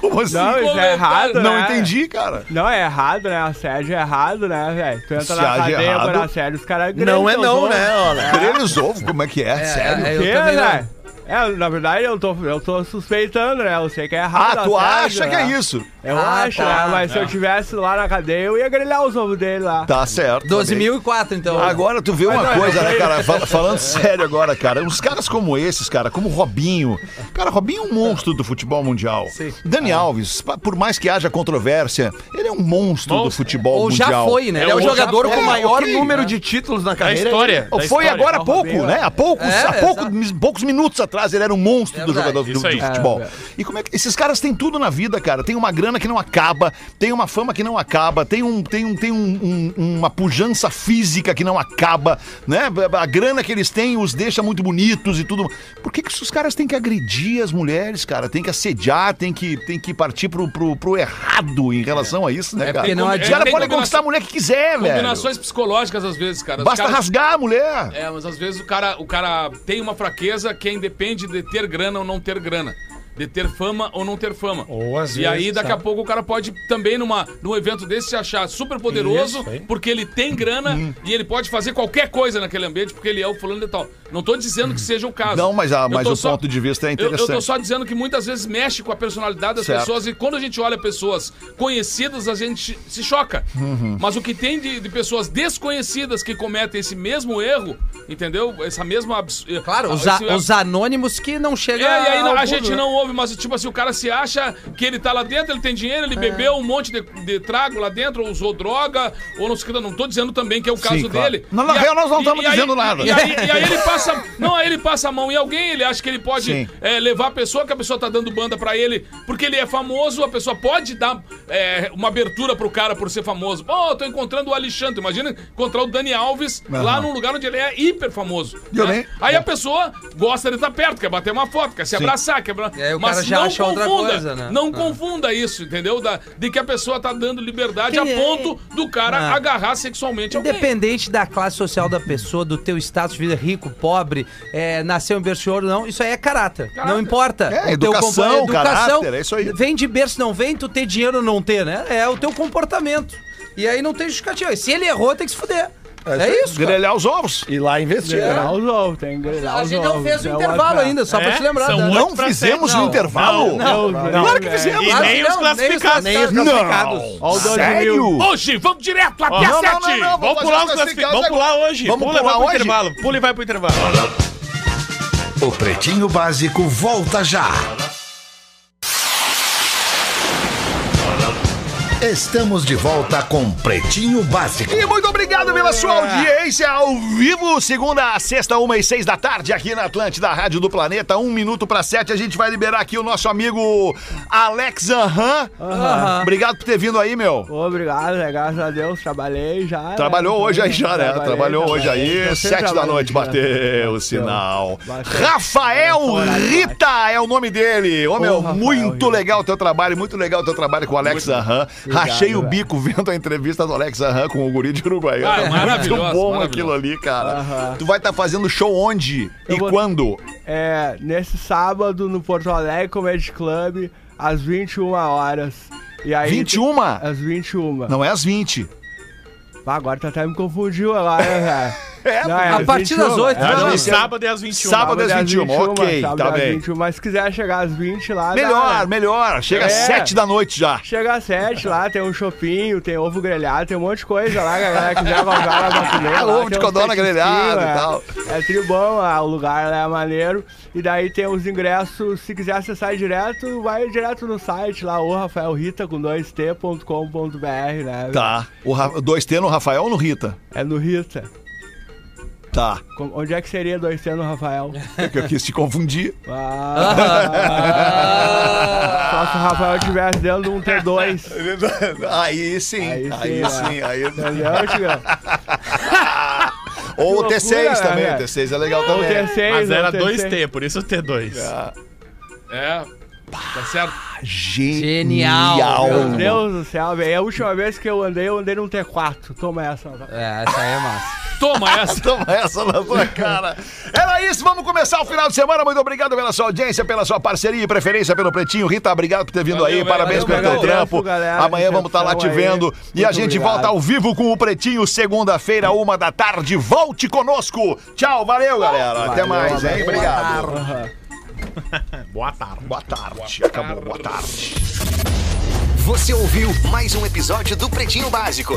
Speaker 1: Como assim?
Speaker 5: Não, isso é
Speaker 3: comentário.
Speaker 5: errado, né?
Speaker 1: Não entendi, cara.
Speaker 5: Não, é errado, né? Assédio é errado, né, velho? Tu entra na
Speaker 1: Assédio é
Speaker 5: cadeia por
Speaker 1: errado.
Speaker 5: assédio, os caras
Speaker 8: Não
Speaker 5: grelham
Speaker 8: é
Speaker 5: teus
Speaker 8: não,
Speaker 5: ovos.
Speaker 8: né? Olha.
Speaker 1: Grelhos ovo, como é que é? Sério?
Speaker 4: É, eu
Speaker 5: Que,
Speaker 4: também não-
Speaker 5: né? É, na verdade eu tô, eu tô suspeitando, né? Eu sei que é errado.
Speaker 1: Ah, tu
Speaker 5: assédio,
Speaker 1: acha que
Speaker 5: né?
Speaker 1: é isso?
Speaker 5: Eu
Speaker 4: Ah,
Speaker 5: acho,
Speaker 4: tá.
Speaker 5: né? Mas se eu tivesse lá na cadeia, eu ia grelhar os ovos dele lá.
Speaker 1: Tá certo.
Speaker 4: 12.004, então.
Speaker 1: Agora tu vê uma coisa, né, cara? Fal- Falando sério agora, cara, uns caras como esses, cara, como o Robinho. Cara, Robinho é um monstro do futebol mundial.
Speaker 4: Sim.
Speaker 1: Dani Alves, pa- por mais que haja controvérsia, ele é um monstro, do futebol
Speaker 4: Ou
Speaker 1: mundial.
Speaker 4: já foi, né?
Speaker 8: Ele é o
Speaker 4: Ou já
Speaker 8: jogador
Speaker 4: foi.
Speaker 8: com o maior
Speaker 3: né?
Speaker 1: ok,
Speaker 8: número de títulos na
Speaker 7: tá A
Speaker 8: carreira. é Oh,
Speaker 7: história. da
Speaker 1: Oh, Foi
Speaker 7: história.
Speaker 1: agora há pouco, né? Há poucos,
Speaker 4: É,
Speaker 1: há pouco-
Speaker 4: exato.
Speaker 1: mis- poucos minutos atrás ele era um monstro do
Speaker 4: Verdade.
Speaker 1: jogador do,
Speaker 7: Isso
Speaker 1: do
Speaker 7: aí.
Speaker 1: futebol. e como é que esses caras têm tudo na vida, cara? Tem uma grana que não acaba, tem uma fama que não acaba, tem um tem um tem um- um- uma pujança física que não acaba, né? A grana que eles têm os deixa muito bonitos e tudo. Por que que esses caras têm que agredir as mulheres, cara? Tem que assediar, tem que tem que partir pro, pro, pro errado em relação a isso, né,
Speaker 4: É
Speaker 1: cara?
Speaker 4: porque não
Speaker 1: Os
Speaker 4: adianta-
Speaker 1: caras
Speaker 3: tem
Speaker 1: podem
Speaker 3: combinação-
Speaker 1: conquistar a mulher que quiser, velho.
Speaker 3: Combinações psicológicas às vezes, cara. Os
Speaker 1: Basta
Speaker 3: caras-
Speaker 1: rasgar a mulher.
Speaker 3: É, mas às vezes o cara, o cara tem uma fraqueza que independe de ter grana ou não ter grana. de ter fama ou não ter fama.
Speaker 2: Ou às
Speaker 3: e aí,
Speaker 2: vezes,
Speaker 3: daqui a
Speaker 1: tá.
Speaker 2: sabe?
Speaker 3: pouco, o cara pode também, numa, num evento desse, se achar super poderoso,
Speaker 2: Isso, hein?
Speaker 3: porque ele tem grana
Speaker 1: Hum.
Speaker 3: e ele pode fazer qualquer coisa naquele ambiente, porque ele é o fulano de tal. Não tô dizendo que seja o caso.
Speaker 1: Não, mas, a-
Speaker 3: Eu
Speaker 1: mas
Speaker 3: tô
Speaker 1: o
Speaker 3: só-
Speaker 1: ponto de vista é
Speaker 3: eu, eu
Speaker 1: interessante.
Speaker 3: tô só dizendo que muitas vezes mexe com a personalidade das
Speaker 1: Certo.
Speaker 3: pessoas e quando a gente olha pessoas conhecidas, a gente se choca.
Speaker 1: Uhum.
Speaker 3: Mas o que tem de, de pessoas desconhecidas que cometem esse mesmo erro, entendeu? Essa mesma. abs-
Speaker 4: Claro,
Speaker 3: ah,
Speaker 4: os, a-
Speaker 3: esse-
Speaker 4: os anônimos que não
Speaker 3: É,
Speaker 4: chegam
Speaker 3: e aí
Speaker 4: ao
Speaker 3: a
Speaker 4: fundo,
Speaker 3: gente
Speaker 4: né?
Speaker 3: não ouve, mas tipo assim, o cara se acha que ele tá lá dentro, ele tem dinheiro,
Speaker 1: É.
Speaker 3: ele bebeu um monte de, de trago lá dentro, ou usou droga, ou não sei o que. Não tô dizendo também que é o caso
Speaker 1: claro.
Speaker 3: dele.
Speaker 1: Não, na
Speaker 3: E a-
Speaker 1: real, nós não
Speaker 3: e-
Speaker 1: estamos
Speaker 3: e aí-
Speaker 1: dizendo nada.
Speaker 3: E aí, e aí ele passa. Não, aí ele passa a mão em alguém, ele acha que ele pode
Speaker 1: Sim.
Speaker 3: é, levar a pessoa, que a pessoa tá dando banda pra ele, porque ele é famoso, a pessoa pode dar é, uma abertura pro cara por ser famoso. Pô, tô encontrando o Alexandre. Imagina encontrar o Dani Alves lá num lugar onde ele é hiper famoso.
Speaker 1: E eu
Speaker 3: né?
Speaker 1: nem-
Speaker 3: Aí a pessoa gosta de estar perto, quer bater uma foto, quer se abraçar, quer. bra-
Speaker 4: E aí o cara já acha outra coisa, né?
Speaker 3: Não
Speaker 4: Ah.
Speaker 3: confunda isso, entendeu? Da- de que a pessoa tá dando liberdade
Speaker 4: Quem
Speaker 3: a
Speaker 4: é?
Speaker 3: ponto do cara
Speaker 4: Ah.
Speaker 3: agarrar sexualmente alguém.
Speaker 4: Independente da classe social da pessoa, do teu status de vida, rico, pobre, é, nasceu em berço de ouro, não, isso aí é caráter. Não importa.
Speaker 1: É,
Speaker 4: O teu
Speaker 1: educação,
Speaker 4: compo-
Speaker 1: caráter, é isso aí.
Speaker 4: Vem de berço, não vem, tu ter dinheiro ou não ter, né? É o teu comportamento. E aí não tem justificativa. E se ele errou, tem que se fuder. É, isso, cara.
Speaker 1: Grelhar os ovos.
Speaker 8: E lá
Speaker 1: É.
Speaker 8: investir.
Speaker 5: Grelhar os ovos, tem que grelhar
Speaker 4: A
Speaker 5: os
Speaker 4: gente não
Speaker 5: ovos.
Speaker 4: fez o
Speaker 5: É
Speaker 4: intervalo
Speaker 5: outra.
Speaker 4: ainda, só pra
Speaker 7: É?
Speaker 4: te lembrar. né?
Speaker 7: São
Speaker 4: Dan.
Speaker 7: oito
Speaker 1: Não fizemos o intervalo?
Speaker 5: Não,
Speaker 1: Claro que
Speaker 5: velho.
Speaker 1: fizemos.
Speaker 7: E nem os
Speaker 4: não,
Speaker 7: classificados.
Speaker 4: Nem os classificados.
Speaker 1: Não. Sério?
Speaker 3: Hoje, vamos direto até a
Speaker 1: não, não,
Speaker 3: sete.
Speaker 1: não, não.
Speaker 7: Vamos pular os classificados. Vamos pular hoje.
Speaker 1: Vamos
Speaker 7: Pula e vai
Speaker 1: pular
Speaker 7: pro
Speaker 1: hoje?
Speaker 7: intervalo. Pula e vai pro intervalo.
Speaker 11: O Pretinho Básico volta já. Estamos de volta com Pretinho Básico.
Speaker 1: E muito obrigado pela sua audiência ao vivo, segunda a sexta, uma e seis da tarde, aqui na Atlântida, Rádio do Planeta, um minuto para sete. A gente vai liberar aqui o nosso amigo Alex Anhan. Obrigado por ter vindo aí, meu.
Speaker 5: Obrigado, né? graças a Deus, trabalhei já. né?
Speaker 1: Trabalhou
Speaker 4: é,
Speaker 1: hoje aí já, né?
Speaker 5: Trabalhei,
Speaker 1: Trabalhou hoje
Speaker 5: trabalhei.
Speaker 1: aí,
Speaker 5: Eu sempre
Speaker 1: sete da
Speaker 5: trabalho
Speaker 1: noite,
Speaker 5: já.
Speaker 1: bateu o sinal.
Speaker 5: Bateu.
Speaker 1: Rafael
Speaker 5: Olha,
Speaker 1: Rita é o nome dele. Ô, meu,
Speaker 5: Rafael
Speaker 1: muito
Speaker 5: Rita.
Speaker 1: legal o teu trabalho, muito legal o teu trabalho com o Alex Aham. Rachei o
Speaker 5: velho.
Speaker 1: bico vendo a entrevista do Alex Aham com o guri de Uruguaiana.
Speaker 3: Ah,
Speaker 1: muito bom
Speaker 3: maravilhoso, maravilhoso.
Speaker 1: aquilo ali, cara.
Speaker 5: Aham.
Speaker 1: Tu vai estar fazendo show onde
Speaker 5: Eu
Speaker 1: e
Speaker 5: vou-
Speaker 1: quando?
Speaker 5: É, nesse sábado no Porto Alegre Comedy Club, às 21 horas. E aí,
Speaker 1: 21?
Speaker 5: Às 21.
Speaker 1: Não é às 20.
Speaker 5: Pá, agora tu até me confundiu agora, né, velho?
Speaker 1: É,
Speaker 5: Não, é
Speaker 4: a partir
Speaker 5: 21,
Speaker 4: das oito,
Speaker 5: é,
Speaker 4: né?
Speaker 7: Acho que
Speaker 1: mas-
Speaker 7: sábado é às 21.
Speaker 1: Sábado às 21, ok,
Speaker 5: sábado
Speaker 1: tá
Speaker 5: às
Speaker 1: bem.
Speaker 5: 21, mas se quiser chegar às 20 lá. dá,
Speaker 1: Melhor,
Speaker 5: né?
Speaker 1: melhor. Chega às
Speaker 5: É.
Speaker 1: 7 da noite já.
Speaker 5: Chega às 7 lá, tem um chopinho, tem ovo grelhado, tem um monte de coisa lá, galera. que Quiser comprar na
Speaker 1: Ah,
Speaker 5: batineira. lá,
Speaker 1: ovo de
Speaker 5: tem uns
Speaker 1: codorna
Speaker 5: petisquinhos,
Speaker 1: grelhado e
Speaker 5: é.
Speaker 1: tal.
Speaker 5: É tribom lá, o lugar lá é maneiro. E daí tem os ingressos, se quiser acessar direto, vai direto no site lá, o Rafael Rita com 2t.com.br, né?
Speaker 1: Tá. O Ra- 2T no Rafael ou no Rita?
Speaker 5: É no Rita.
Speaker 1: Tá.
Speaker 5: Com- Onde é que seria 2t no Rafael?
Speaker 1: É que eu quis te confundir.
Speaker 5: Ah, só se o Rafael tivesse dentro de um T2.
Speaker 1: Aí sim, aí,
Speaker 5: Aí sim, né?
Speaker 1: sim, aí.
Speaker 5: Entendeu, Tigão?
Speaker 1: Ou o
Speaker 5: Que
Speaker 1: T6
Speaker 5: loucura,
Speaker 1: também, o
Speaker 5: né?
Speaker 1: T6 é legal
Speaker 5: O
Speaker 1: também.
Speaker 5: T6,
Speaker 7: Mas
Speaker 5: o
Speaker 7: era
Speaker 5: T6.
Speaker 7: 2T, por isso T2.
Speaker 3: É. Tá certo?
Speaker 1: Genial.
Speaker 5: Meu Deus do céu, velho. É a última vez que eu andei, eu andei num T4. Toma essa.
Speaker 4: É, essa aí é massa.
Speaker 3: Toma essa.
Speaker 1: Toma essa na sua cara. Era isso, vamos começar o final de semana. Muito obrigado pela sua audiência, pela sua parceria e preferência pelo Pretinho. Rita, obrigado por ter vindo
Speaker 3: Valeu,
Speaker 1: aí.
Speaker 3: velho.
Speaker 1: Parabéns
Speaker 5: Valeu,
Speaker 1: pelo teu
Speaker 5: valeu.
Speaker 1: trampo.
Speaker 5: Abraço, galera.
Speaker 1: Amanhã vamos estar lá te
Speaker 5: Atenção aí.
Speaker 1: vendo. E a
Speaker 5: Muito
Speaker 1: gente
Speaker 5: obrigado.
Speaker 1: volta ao vivo com o Pretinho, segunda-feira, uma da tarde. Volte conosco. Tchau, valeu, galera. Até mais, hein? Obrigado.
Speaker 7: Boa tarde.
Speaker 1: Boa tarde. Acabou, boa tarde.
Speaker 12: Você ouviu mais um episódio do Pretinho Básico.